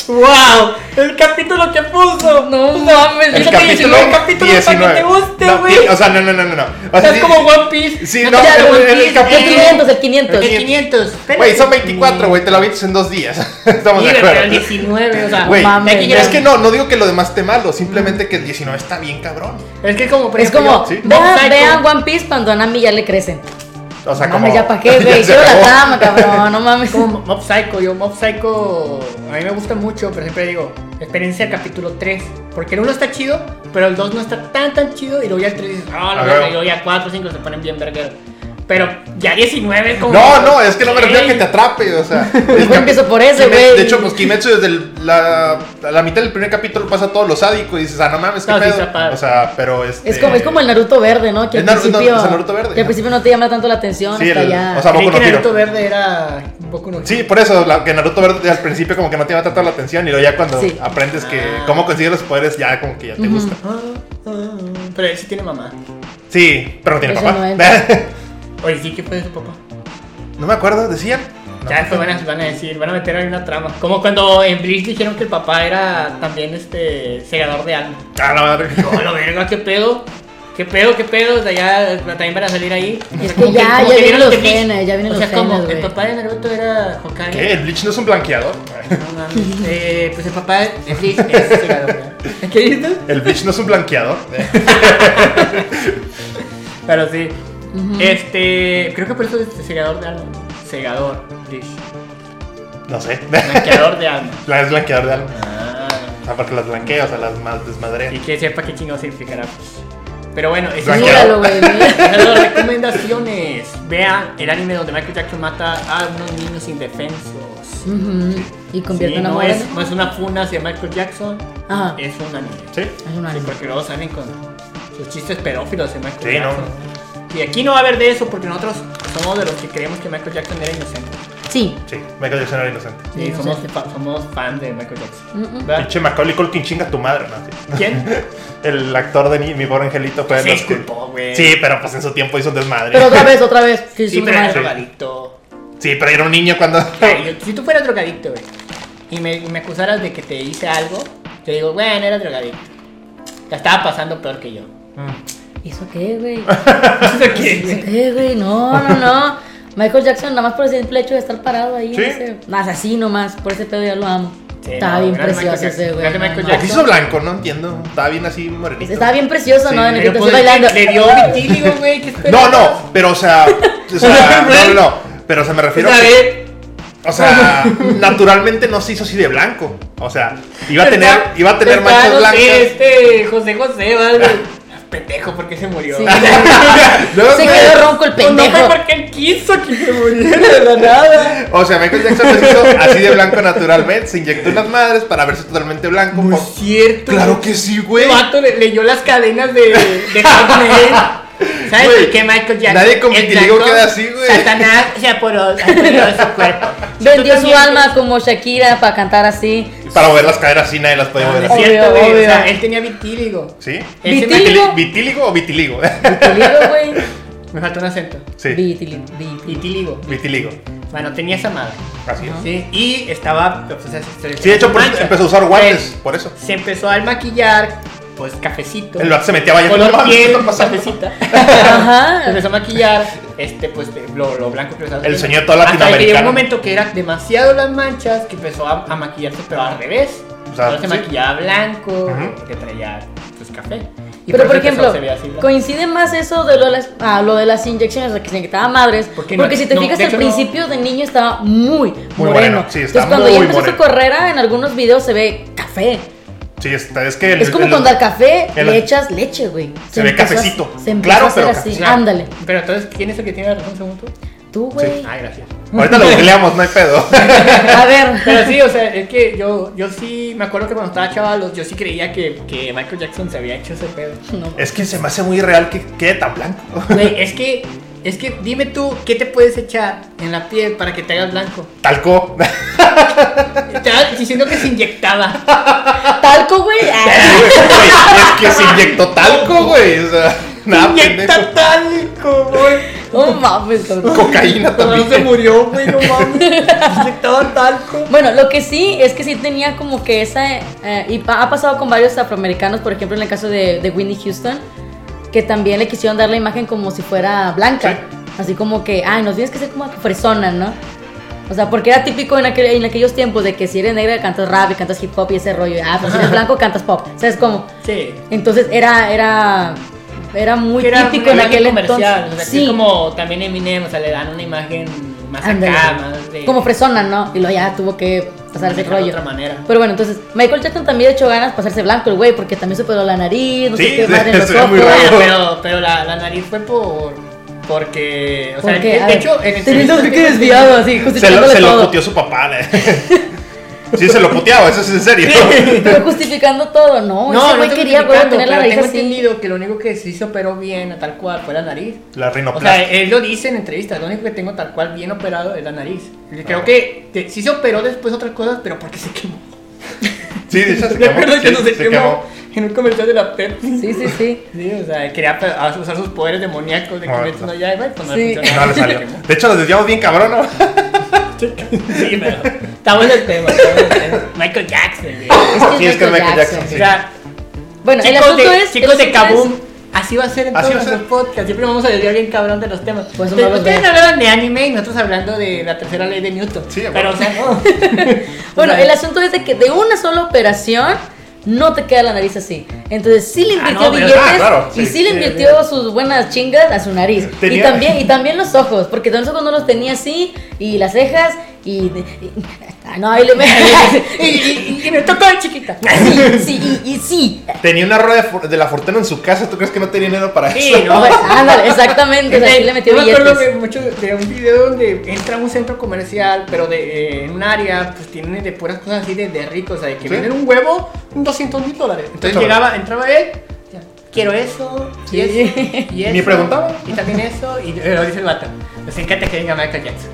¡Wow! El capítulo que puso. No mames, El dice que capítulo, 19 capítulo para que te guste, No, güey. O sea, no, no, no, no. no. O sea, Estás sí, como One Piece. Sí, No, no, ya, el- el, el- el capítulo- 500, el 500. El 500. Güey, espérate. son 24, güey, te lo avientes en dos días. Estamos Sí, güey, de pero el acuerdo. 19, o sea, Güey, mames, de aquí Es ya- que no, no digo que lo demás esté malo, simplemente que el 19 está bien cabrón. Es que como, por Es ejemplo, como, yo- sí. vean, Mob Psycho- vean One Piece cuando a Nami ya le crecen. O sea, como. Mames, ya pa' qué, güey. se Quiero la acabó. dama, cabrón. No mames. Como Mob Psycho, yo Mob Psycho a mí me gusta mucho, pero siempre digo, experiencia del capítulo 3, porque el 1 está chido, pero el 2 no está tan tan chido y luego ya el 3 dices, ah, A la ver. verga", y luego ya 4, 5 se ponen bien verguero. Pero ya 19 es como No, no, es que no me refiero a Ey, que te atrape, o sea. es Yo Oh. empiezo por ese, Kimetsu- güey. De hecho, pues Kimetsu desde el- la, a la mitad del primer capítulo pasa todo lo sádico y dices, ah, no mames, qué No, sí pedo. está padre. o sea, pero este. Es como, es como el Naruto verde, ¿no? Que al El Naruto- principio, es el Naruto verde, que al ajá. principio no te llama tanto la atención Sí, hasta el- ya. o sea, creí Boku que no Hero. Naruto verde era Boku no Hero. Sí, por eso, la- que Naruto Verde al principio como que no te iba a tratar la atención y luego ya cuando Sí. aprendes que Ah. cómo consigues los poderes ya como que ya te Ujú. gusta. Ah, ah, ah. Pero él sí tiene mamá. Sí, pero no tiene Eso papá. no No, entra. Oye, sí, ¿qué fue de su papá? me acuerdo, decían. No. Ya después van a, van a decir, van a meter ahí una trama. Como cuando en Bleach dijeron que el papá era también este segador de alma. Ah, la madre. No, la verga, qué pedo. Qué pedo, qué pedo. O sea, ya también van a salir ahí. Es O sea, que como ya, como ya que vienen vieron los de Bleach. genes, ya vienen O los sea, como genes, el güey. papá de Naruto era Hokage. ¿Qué? ¿El Bleach no es un blanqueador? No mames. Eh, pues el papá de Bleach es segador de alma. ¿Qué dices? ¿El Bleach no es un blanqueador? Pero sí. Ujú. Este, creo que por eso es segador de alma. Segador, Bleach. No sé. Blanqueador de alma. La es blanqueador de alma. Ah. O sea, porque las blanquea, o sea, las más Y desmadrea. que sepa qué chingo significará. pues. Pero bueno, ese es Blanqueado. Míralo, güey. mira. Bueno, recomendaciones. Vean el anime donde Michael Jackson mata a unos niños indefensos. Ujú. Y convierte Sí, una no, mujer. es, no es una funa hacia Michael Jackson, Ajá. es un anime. ¿Sí? Es un Sí, anime. porque luego salen con sus chistes pedófilos de Michael Sí, no. Jackson. Y aquí no va a haber de eso porque nosotros somos de los que creemos que Michael Jackson era inocente. Sí. Sí, Michael Jackson era inocente. Sí, Sí, somos, inocente. fa- somos fan de Michael Jackson. Mm, mm. ¿Verdad? Pinche Macaulay Culkin chinga tu madre, ¿no? Sí. ¿Quién? El actor de mi, mi pobre angelito fue de Se los que- disculpó, güey. Sí, pero pues en su tiempo hizo un desmadre. Pero otra vez, otra vez. Sí, Sí, su pero era madre. drogadicto. Sí, pero era un niño cuando. Ay, yo- si tú fueras drogadicto, güey, y me, y me acusaras de que te hice algo, yo digo, bueno, era drogadicto. La estaba pasando peor que yo. ¿Eso qué, güey? ¿Eso qué, ¿Eso güey? qué, güey? No, no, no. Michael Jackson, nada más por el simple hecho de estar parado ahí. Sí. No sé. Nada, así nomás. Por ese pedo ya lo amo. Sí, Estaba no, bien grande precioso Michael ese, Jackson, güey. grande Michael Porque Jackson. hizo blanco, no entiendo. Estaba bien así morenito. Estaba bien precioso, ¿no? Sí. En el que Pero te pues, estoy bailando. Le dio vitíligo, güey. ¿qué No, esperabas? no, pero o sea. o sea, no, no, no. Pero o sea, me refiero. a Una que- vez, O sea, naturalmente no se hizo así de blanco. O sea, iba a tener, está- iba a tener Ah. está, manchas no sé, blancas. Este José José, ¿vale? Ah, Pendejo, ¿por qué se murió? Sí. Luego, Se güey, quedó ronco el Pues no sé pendejo. por qué él quiso que se muriera de la nada. O sea, Michael Jackson se hizo así de blanco naturalmente. Se inyectó unas madres para verse totalmente blanco. Muy por- cierto. Claro que sí, güey. El vato le- leyó las cadenas de, de Hotmail. ¿Sabes Güey, por qué Michael Jackson? nadie con el vitiligo blanco, queda así, güey. Satanás se apoderó, apoderó de su cuerpo. Si tú Vendió su también- alma como Shakira para cantar así. Para mover las caderas así, nadie las podía mover Es así. cierto, Obvio, güey. O sea, obvio. él tenía vitíligo. ¿Sí? Él se Vitíligo. Vitili- ¿Vitíligo o vitiligo? Vitiligo, güey. Me, me faltó un acento. Sí, Vitiligo. vitiligo. Vitíligo. vitiligo. Bueno, tenía esa madre. Así es. Sí, y estaba. Pues, o sea, se- Sí, de hecho, por eso mancha. empezó a usar guantes. Güey, Por eso. Se empezó a maquillar, pues cafecito. El vato se metía a bañar. Color No mames, ¿qué piel, está pasando? cafecita. Se Ajá. empezó a maquillar, este, pues, de- lo, lo blanco que estaba El haciendo. señor todo Hasta que llegó un latinoamericano. momento que era demasiado las manchas, que empezó a, a maquillarse, pero al revés. O sea, Entonces se sí. maquillaba blanco, Ujú. que traía, pues, café. Y Pero por eso empezó- ejemplo, se veía así, ¿no? coincide más eso de lo de las, ah, lo de las inyecciones, de que se inyectaba madres. ¿Por qué no? porque si te No, fijas, de al hecho, no. principio de niño estaba muy, moreno. moreno, sí, está Entonces, cuando muy ya empezó su moreno. carrera, en algunos videos se ve café. Sí, está- es que. el- es como el- cuando al café el- le echas leche, güey. Se ve empezó a- cafecito. Se empezó Claro, a hacer pero así. O sea, Ándale. Pero entonces, ¿quién es el que tiene la razón según tú? Tú, güey. Ah, gracias. Ahorita lo googleamos, no hay pedo. A ver. Pero sí, o sea, es que yo, yo sí, me acuerdo que cuando estaba chavalos, yo sí creía que, que Michael Jackson se había hecho ese pedo. No, Es que se me hace muy real que quede tan blanco. Güey, es que, es que dime tú, ¿qué te puedes echar en la piel para que te hagas blanco? Talco. Estaba diciendo que se inyectaba. Ah, talco, güey. Ah, Güey, es que se inyectó talco, güey. O sea, nada, pendejo. Inyecta talco, güey. No mames, cabrón. Cocaína Cabrón, se también. murió, güey, no mames. Inyectaban talco. Bueno, lo que sí es que sí tenía como que esa. eh, y pa- ha pasado con varios afroamericanos, por ejemplo, en el caso de, de Whitney Houston, que también le quisieron dar la imagen como si fuera blanca. Así como que, ay, nos tienes que ser como fresona, ¿no? O sea, porque era típico en, aquel- en aquellos tiempos de que si eres negra cantas rap y cantas hip hop y ese rollo. Ah, pues si eres blanco cantas pop. ¿Sabes cómo? Sí. Entonces era, era, era muy Que era típico en una aquel imagen comercial, entonces. o sea, que sí, es como también Eminem, o sea, le dan una imagen más Ándale. acá, más de... como fresona, ¿no? Y luego ya tuvo que pasar manejar ese de rollo. otra manera. Pero bueno, entonces Michael Jackson también echó ganas para hacerse blanco el güey, porque también se peló la nariz, no Sí, sé qué madre en los se ve muy ojos. raro. Bueno, pero, pero la, la nariz fue por... porque... O sea, Porque, de- a de, ver, hecho... En teniendo entrevistas que- el que desviado Pues, así, Se lo, justificándole se lo todo. puteó su papá. ¿eh? Sí, se lo puteaba, eso sí es en serio. Pero justificando todo, No, no, ese no güey estoy quería güey, criticando, tener la pero nariz tengo así. entendido que lo único que se hizo pero bien, a tal cual, fue la nariz. La O sea, rinoplastia. él lo dice en entrevistas, lo único que tengo tal cual bien operado es la nariz. Y Ah. Creo que te- sí se operó después otras cosas, pero porque se quemó. Sí, de hecho se Me quemó. acuerdo que sí, no se, se quemó, quemó. en un comercial de la Pepsi. Sí, sí, sí. Sí, o sea, quería pe- a- usar sus poderes demoníacos de que Ah, metes no. una llave, y pues no Sí. le funcionó. No le salió. Se quemó. De hecho, nos desviamos bien cabrón, ¿no? Sí, pero está bueno el tema. está bueno el tema. Michael Jackson, güey. Sí, es que es Michael Jackson, O sí. sea, Bueno, el chicos asunto de, es. chicos el de asunto es- Kaboom, así va a ser en Así todos va a ser. nuestros podcasts. Siempre vamos a desviar bien cabrón de los temas. Pues no Ustedes- los ustedes veo. hablaron de anime y nosotros hablando de la tercera ley de Newton. Sí, pero bueno. o sea, no. Bueno, O sea, el asunto es de que de una sola operación no te queda la nariz así. Entonces sí le Ah, invirtió no, pero- billetes ah, claro, y sí, sí le sí, invirtió sus buenas chingas a su nariz. Y Tenía- también, y también los ojos, porque los ojos no los tenía así, y las cejas, y. y- ah, no, ahí le y, y- y me tocó de chiquita. Sí, sí, y, y sí. Tenía una rueda de for- de la fortuna en su casa. ¿Tú crees que no tenía dinero para Sí, eso? no. Pues, ándale, exactamente, o sea, sí le metió Yo me billetes. acuerdo de, mucho de un video donde entra a un centro comercial, pero de, eh, en un área, pues tienen de puras cosas así de, de ricos, o sea, de que Sí. venden un huevo, un 200 mil dólares. Entonces Chorro. llegaba, entraba él, ya, quiero eso, y Sí. eso, y eso. Ni preguntaba. Y también eso, y eh, lo dice el vato. Nos encanta que venga Michael Jackson.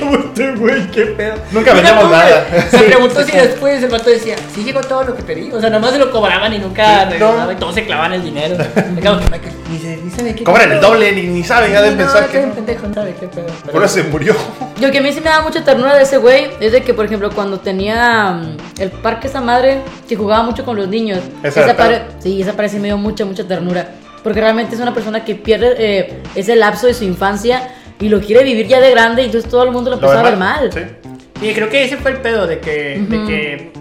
Como este güey, qué pedo. Nunca vendemos Mira, nada. hombre, Se preguntó si después el vato decía, sí llegó todo lo que pedí. O sea, nomás se lo cobraban y nunca Sí, regresaban no. y todos se clavaban el dinero. Acabo que Michael, ni se dicen de qué. Cobran el pedo. doble, ni, ni saben, ya de Sí, pensar no, que. ese no. pendejo no sabe qué pedo. Pero- Por eso se murió. Lo que a mí sí me daba mucha ternura de ese güey es de que, por ejemplo, cuando tenía mm, el parque esa madre que jugaba mucho con los niños, Esa esa era pare- sí, esa parece me dio mucha, mucha ternura. Porque realmente es una persona que pierde eh, ese lapso de su infancia y lo quiere vivir ya de grande y entonces todo el mundo lo Lo pues, empezó a ver demás, mal. Sí. Y creo que ese fue el pedo de que, Ujú. de que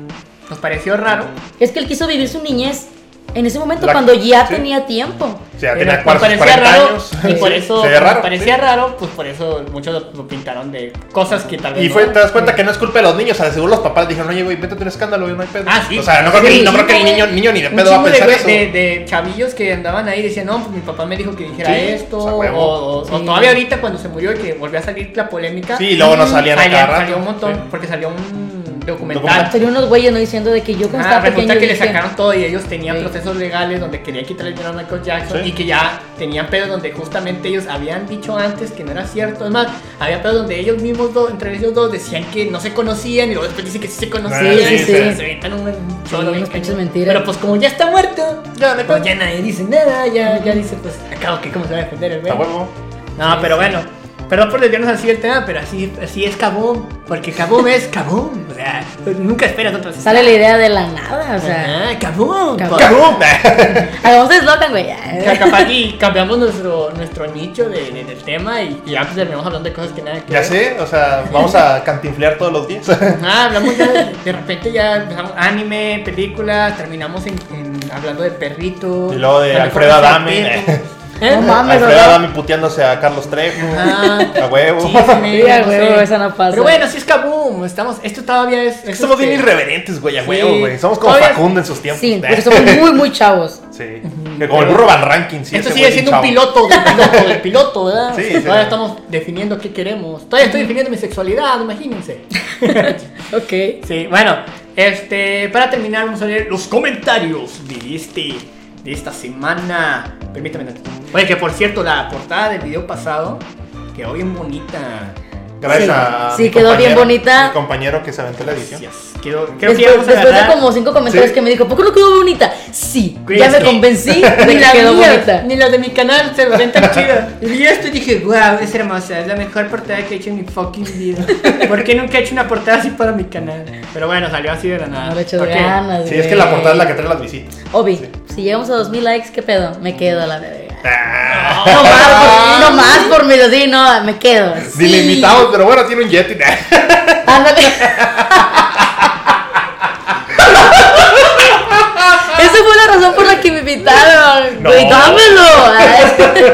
nos pareció raro. Es que él quiso vivir su niñez en ese momento La- cuando ya sí. tenía tiempo. O sea, Era- tenía nos 40, Eh, parecía raro, años. Y por eso, Se ve nos raro. parecía raro, pues por eso muchos lo, lo pintaron de cosas que tal vez. Y no. fue, te das cuenta que no es culpa de los niños, o sea, de seguro los papás dijeron, oye, güey, métete un escándalo, güey, no hay pedo. Ah, sí. O sea, no creo que, Sí, no creo que el güey. niño, niño ni de Un pedo va a chingo de, pensar güey- eso. de- de chavillos que andaban ahí decían, no, pues mi papá me dijo que dijera Sí, esto. o sea, O, huevo. o- o Sí. todavía ahorita cuando se murió y que volvió a salir la polémica. Sí, y luego no Mm, salían a salía, cada rato. salió un montón, Sí. porque salió un documental. Documental. Sería unos güeyes no diciendo de que yo cuando Ah, estaba resulta pequeño. que le dije- sacaron todo y ellos tenían Sí. procesos legales donde querían quitarle el dinero a Michael Jackson Sí. y que ya tenían pedos donde justamente ellos habían dicho antes que no era cierto. Es más, había pedos donde ellos mismos dos, entre ellos dos, decían que no se conocían y luego después dicen que sí se conocían. Ah, sí, Y sí. Se, se aventan un cholo unas bien pinches cañón. mentiras. Pero pues como ya está muerto, pues ya nadie dice nada, ya, ya dice pues acabo que cómo se va a defender el güey. A huevo. No, pero bueno. Perdón por desviarnos así el tema, pero así, así es Kaboom. Porque Kaboom es Kaboom. O sea, nunca esperas otra cosa. Sale la idea de la nada, o sea. Ah, Kaboom. Kaboom. Por- ¡Cabum! Hagamos eslogan, güey. O sea, capaz y cambiamos nuestro, nuestro nicho de, de- del tema y, y ya pues, terminamos hablando de cosas que nada que Ya ver. sé, o sea, vamos a cantinflear todos los días. Ah, hablamos ya de, de repente ya empezamos anime, películas, terminamos en, en hablando de perrito. Y luego de También Alfredo hablamos Adame. perrito. No mames, Alfredo ¿verdad? Adame puteando a Carlos Trejo. Ah, A huevo. sí, sí, me- Sí, a no huevo, sé. esa no pasa. Pero bueno, sí es kaboom. Estamos, esto todavía es. es Somos bien este- irreverentes, güey, a Sí. huevo, güey. Somos como Todavía- Facundo en sus tiempos. Eh. Sí, porque somos muy, muy chavos. Sí. Que Como el burro Van Ranking, sí. Esto ese sigue güey, siendo un chavo. piloto del piloto, del piloto, ¿verdad? Sí, sí. Todavía estamos definiendo qué queremos. Todavía estoy definiendo mi sexualidad, imagínense. Ok. Sí, bueno, este, para terminar vamos a leer los comentarios de este, de esta semana. Permítame tantito. Oye, que por cierto, la portada del video pasado quedó bien bonita. Gracias Sí. a. Sí, mi quedó bien compañero- bonita. mi compañero que se aventó la edición. Gracias. Quiero- creo que ya Después, vamos a después de agarrar- como cinco comentarios Sí. que me dijo, ¿por qué no quedó bonita? Sí, Güey, ya es me que- convencí de ni que la quedó mía, bonita. Ni la de mi canal se ven tan chida. Y vi esto y dije, wow, es hermosa, es la mejor portada que he hecho en mi fucking vida. ¿Por qué nunca he hecho una portada así para mi canal? Pero bueno, salió así de la nada. "Ah, No le echo Ok. ganas, Sí, es que la portada es la que trae las visitas. Obi, si llegamos a 2000 likes, ¿qué pedo? Me quedo a la verga. Ah, No más, por, no más por mí, sí, no, me quedo. Ni le sí. invitamos, pero bueno, tiene un Yeti. Ándale. Esa fue la razón por la que me invitaron. No. Güey, dámelo. Ah, Ay,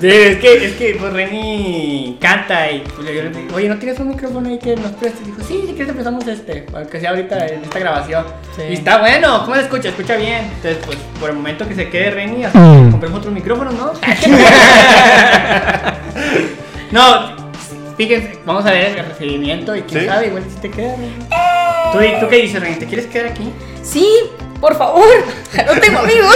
Sí, es que, es que pues Reni canta y pues, yo le digo, oye, ¿no tienes un micrófono ahí que nos prestes? Dijo, sí, si quieres empezamos este, aunque sea ahorita en esta grabación. Sí. Y está bueno, ¿cómo se escucha? Escucha bien. Entonces, pues por el momento que se quede Reni, hasta que compremos otro micrófono, ¿no? no, fíjense, vamos a ver el recibimiento y quién Sí. sabe, igual si te queda. Reni. Eh. ¿Tú, ¿Tú qué dices, Reni? ¿Te quieres quedar aquí? Sí, por favor. No tengo amigos.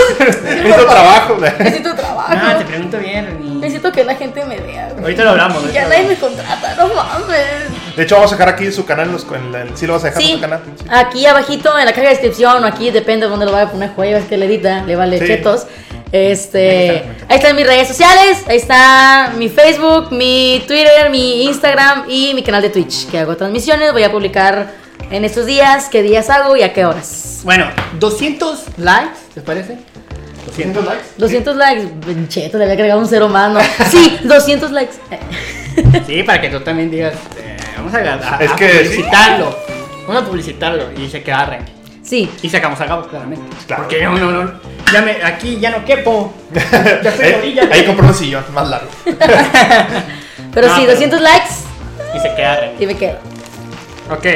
Hizo trabajo. Necesito trabajo. No, te pregunto bien, Reni. Necesito que la gente Ah, me vea. güey. Ahorita lo hablamos. ahorita Ya lo nadie hablamos. me contrata, no mames. De hecho, vamos a dejar aquí su canal. en los- en la- sí, lo vas a dejar en Sí, su canal. Sí. aquí abajito en la caja de descripción o aquí, depende de dónde lo vaya a poner, jueves que le edita, le vale Sí. chetos. Ahí Este, está, ahí está. ahí están mis redes sociales, ahí está mi Facebook, mi Twitter, mi Instagram y mi canal de Twitch, que hago transmisiones, voy a publicar en estos días, qué días hago y a qué horas. Bueno, 200 likes, ¿les parece? 200 likes. 200 likes, ben cheto, le había agregado un cero más, ¿no? Sí, 200 likes. Sí, para que tú también digas, eh, vamos a, a- a Es que sí. publicitarlo. Vamos a publicitarlo y se queda Ren. Sí, Y sacamos a Gabo, claramente. Claro. Porque no, no, no. Ya me, aquí ya no quepo. Ya estoy Ahí, orilla. Eh, ahí compró un sillón más largo. pero Ah, No, sí, pero- 200 likes Y se queda Ren. y me quedo. Ok.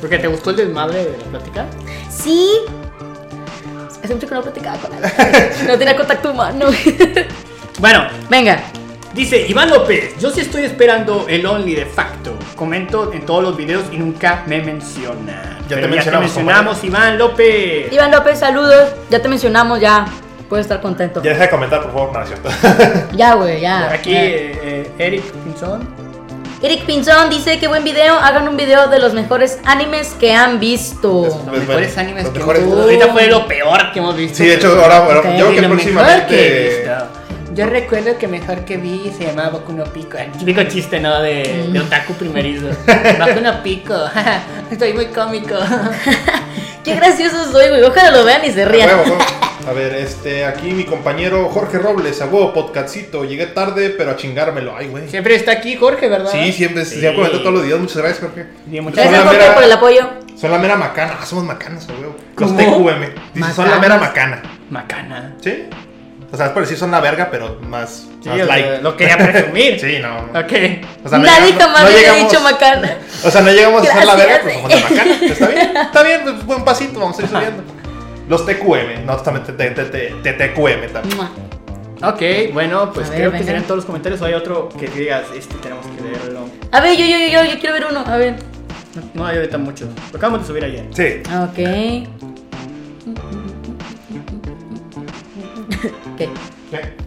Porque te gustó el desmadre de la plática. Sí. Hace mucho que no platicaba con él. No tenía contacto humano. Bueno, Venga. dice Iván López, yo sí estoy esperando el Only de facto. Comento en todos los videos y nunca me menciona. Ya te Pero mencionamos, mencionamos, Iván López. Iván López, saludos. Ya te mencionamos, ya. Puedes estar contento. Ya deja de comentar, por favor. No, es cierto. Ya, güey, ya. Por aquí, Ya. Ah, eh, eh, Eric Pinzón. Eric Pinzón dice que buen video. Hagan un video de los mejores animes que han visto. Eso. Los Pues mejores bueno, animes los que mejores. hemos visto. Ahorita fue lo peor que hemos visto. Sí, de hecho, pero- ahora, ahora Ok. yo Y creo que lo mejor que he próximamente. visto. Yo recuerdo que mejor que vi se llamaba Boku no Pico. El típico chiste, ¿no? De, de otaku primerizo. Boku no Pico. Estoy muy cómico. Qué gracioso soy, güey. Ojalá lo vean y se A rían. huevo, huevo. A ver, este, aquí mi compañero Jorge Robles, a huevo, podcastito. Llegué tarde, pero a chingármelo. Ay, güey. Siempre está aquí Jorge, ¿verdad? Sí, siempre, Sí. siempre comenta todos los días. Muchas gracias, Jorge. Sí, muchas Son Gracias, la Jorge, mera- por el apoyo. Son la mera macana. Ah, somos macanas, a huevo. Los ¿Cómo? TQM. Dice, son la Macanas. mera macana. Macana. ¿Sí? O sea, es por decir son la verga, pero más, Sí, más o sea, like. lo quería presumir. Sí, no. no. Ok. O sea, pues, no Nadie llegamos- jamás no me había llegamos- dicho macana. O sea, no llegamos a hacer la verga, pues Gracias. somos la macana. Está bien, está bien, pues buen pasito, vamos a ir subiendo. Los TQM, no, también te- te- te- te- te- TQM también. Mua. Ok, bueno, pues A ver, creo que venga. serán todos los comentarios. O hay otro que digas, este tenemos que leerlo. A ver, yo, yo, yo, yo, yo quiero ver uno. A ver. No hay ahorita muchos. Lo acabamos de subir ayer. Sí. Ok. Ok.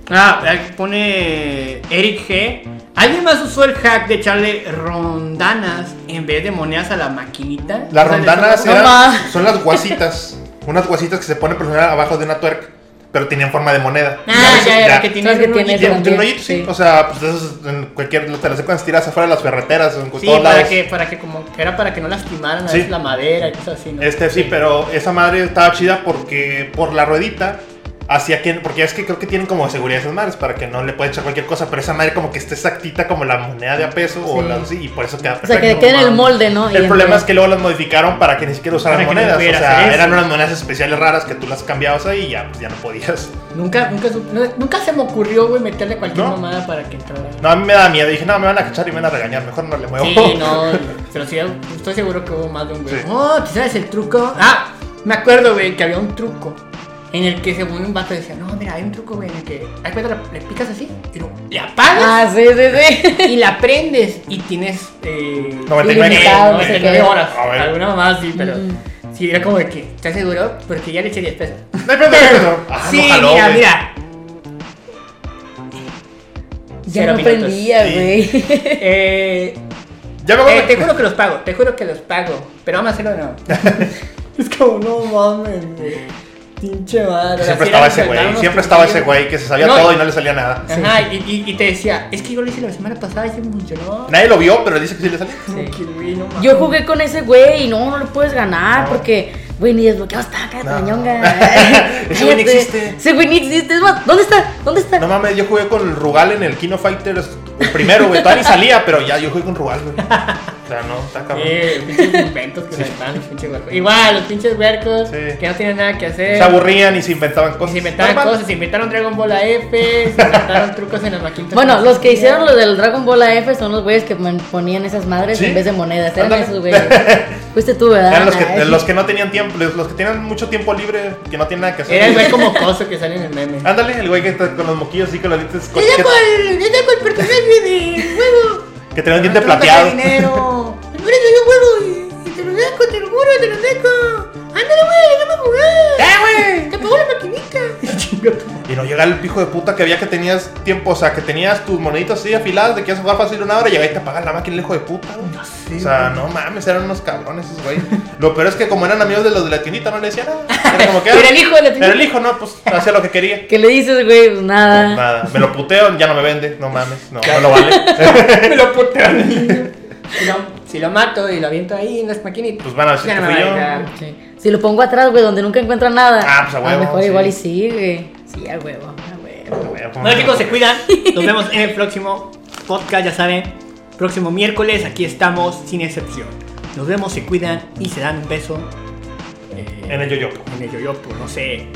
Ah, ahí pone Eric G. ¿Alguien más usó el hack de echarle rondanas en vez de monedas a la maquinita? Las O sea, rondanas le- era- eran, Mamá. son las guasitas. Unas guasitas que se ponen personal abajo de una tuerca, pero tenían forma de moneda. Ah, ya, ya, que Sabes que tiene tiene Y eso tiene- tiene un también, hoyito, sí. sí. O sea, pues eso en cualquier. Te las cuando tiras afuera de las ferreteras o en Sí, todos para lados. que, para que como que era para que no lastimaran a Sí. veces la madera y cosas así, ¿no? Este sí, pero esa madre estaba chida porque por la ruedita hacía que. Porque es que creo que tienen como seguridad esas madres para que no le pueda echar cualquier cosa. Pero esa madre como que esté exactita como la moneda de a peso o Sí. la- sí, y por eso queda O sea, que perfecto. quede en el molde, ¿no? Y El problema es entonces- que luego las modificaron para que ni siquiera usaran Para que no monedas. o pudieras hacer sea, eso. eran unas monedas especiales raras que tú las cambiabas ahí y ya, pues, ya no podías. Nunca, nunca, su- no- nunca se me ocurrió, güey, meterle cualquier ¿No? mamada para que entrara. No, a mí me da miedo. Dije, no, me van a cachar y me van a regañar. Mejor no le muevo. Sí, no, pero sí, estoy seguro que hubo más de un güey. Sí. Oh, ¿tú sabes el truco? Ah, me acuerdo, güey, que había un truco en el que según un vato decía, no, mira, hay un truco, güey, en el que, haz cuenta, le picas así, pero le apagas Ah, sí, sí, sí. y la prendes y tienes eh, 99. Ilimitado, no sé 99 qué. horas. A ver. Alguna más, sí, pero. Mm. Sí, era como de que, ¿estás seguro? Porque ya le eché 10 pesos. No hay problema. Ah, no sí, jaló, mira, güey. mira. Ya Cero no minutos. prendía, sí. güey. Eh, Ya me eh, acuerdo. te juro que los pago, te juro que los pago. Pero vamos a hacerlo de nuevo. es como, no mames, güey. Pinche madre. Siempre Así estaba era, ese güey, enfrentarnos siempre con estaba ese ellos. güey que se sabía No. todo y no le salía nada. Ajá, y, y- y te decía, es que yo lo hice la semana pasada y se me funcionó. Nadie lo vio, pero dice que sí le salía. Como que, güey, no mames. Yo jugué con ese güey y no, no lo puedes ganar No. porque, güey, ni desbloqueado está, cállate, No. ñonga. Ese güey ni Cállate. existe. Ese güey ni existe. Es más, ¿dónde está? ¿Dónde está? No mames, yo jugué con el Rugal en el Kino Fighters el primero, güey. Todavía ni salía, pero ya yo jugué con Rugal, güey. O sea, no, está cabrón. Eh, pinches inventos que inventaban los pinches huercos. Igual, los pinches huercos Sí. que no tienen nada que hacer. Se aburrían y se inventaban Y cosas. se inventaron Normal. cosas, se inventaron Dragon Ball AF, se inventaron trucos en las maquinitas. Bueno, los que hicieron lo del Dragon Ball AF son los güeyes que man- ponían esas madres Sí. en vez de monedas. Eran Ándale. esos güeyes. Fuiste tú, ¿verdad? Eran los que, Ay. los que no tenían tiempo, los los que tenían mucho tiempo libre, que no tienen nada que hacer. Era el güey como coso que sale en el meme. Ándale, el güey que está con los moquillos así, con los dientes. Yo Con, saco que, el, yo saco el personaje de huevo. que tenía un diente Truco de plateado. dinero. Por eso yo huevo y, y te lo saco, te lo juro, te lo saco. Ándale, güey, déjame jugar. ¡Eh, güey! Te pago la maquinita. Y no llega el hijo de puta que había que tenías tiempo, o sea, que tenías tus moneditas así afiladas de que ibas a jugar fácil una hora y llegaba y te apagan la máquina el hijo de puta, güey. sé, o sea, no mames, eran unos cabrones esos güeyes. Lo peor es que como eran amigos de los de la tiendita, no le decían nada. Era como que. Era el hijo de la tiendita. Era el hijo, no, pues hacía lo que quería. ¿Qué le dices, güey? Pues nada. Nada, me lo puteo, ya no me vende, no mames, no, no lo vale. Me lo putean. si, lo, si lo mato y lo aviento ahí en las maquinitas. Pues van a decir Ya que no me fui va a yo. dejar. Sí. Si lo pongo atrás, güey, donde nunca encuentra nada. Ah, pues, a lo huevo, mejor sí. igual y sí, güey. Sí, a huevo, a huevo. Ah. Bueno chicos, se cuidan. Nos vemos en el próximo podcast, ya saben. Próximo miércoles, aquí estamos sin excepción. Nos vemos, se cuidan y se dan un beso En el yoyopo. en el yoyopo, no sé.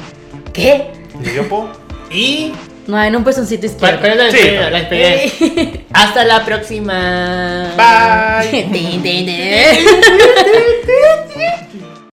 ¿Qué? ¿Yoyopo? Y... No, en un pezoncito ¿Cuál, izquierdo. cuál es la Sí. despedida? La despedida. Hasta la próxima. Bye. Tin, tin, tin.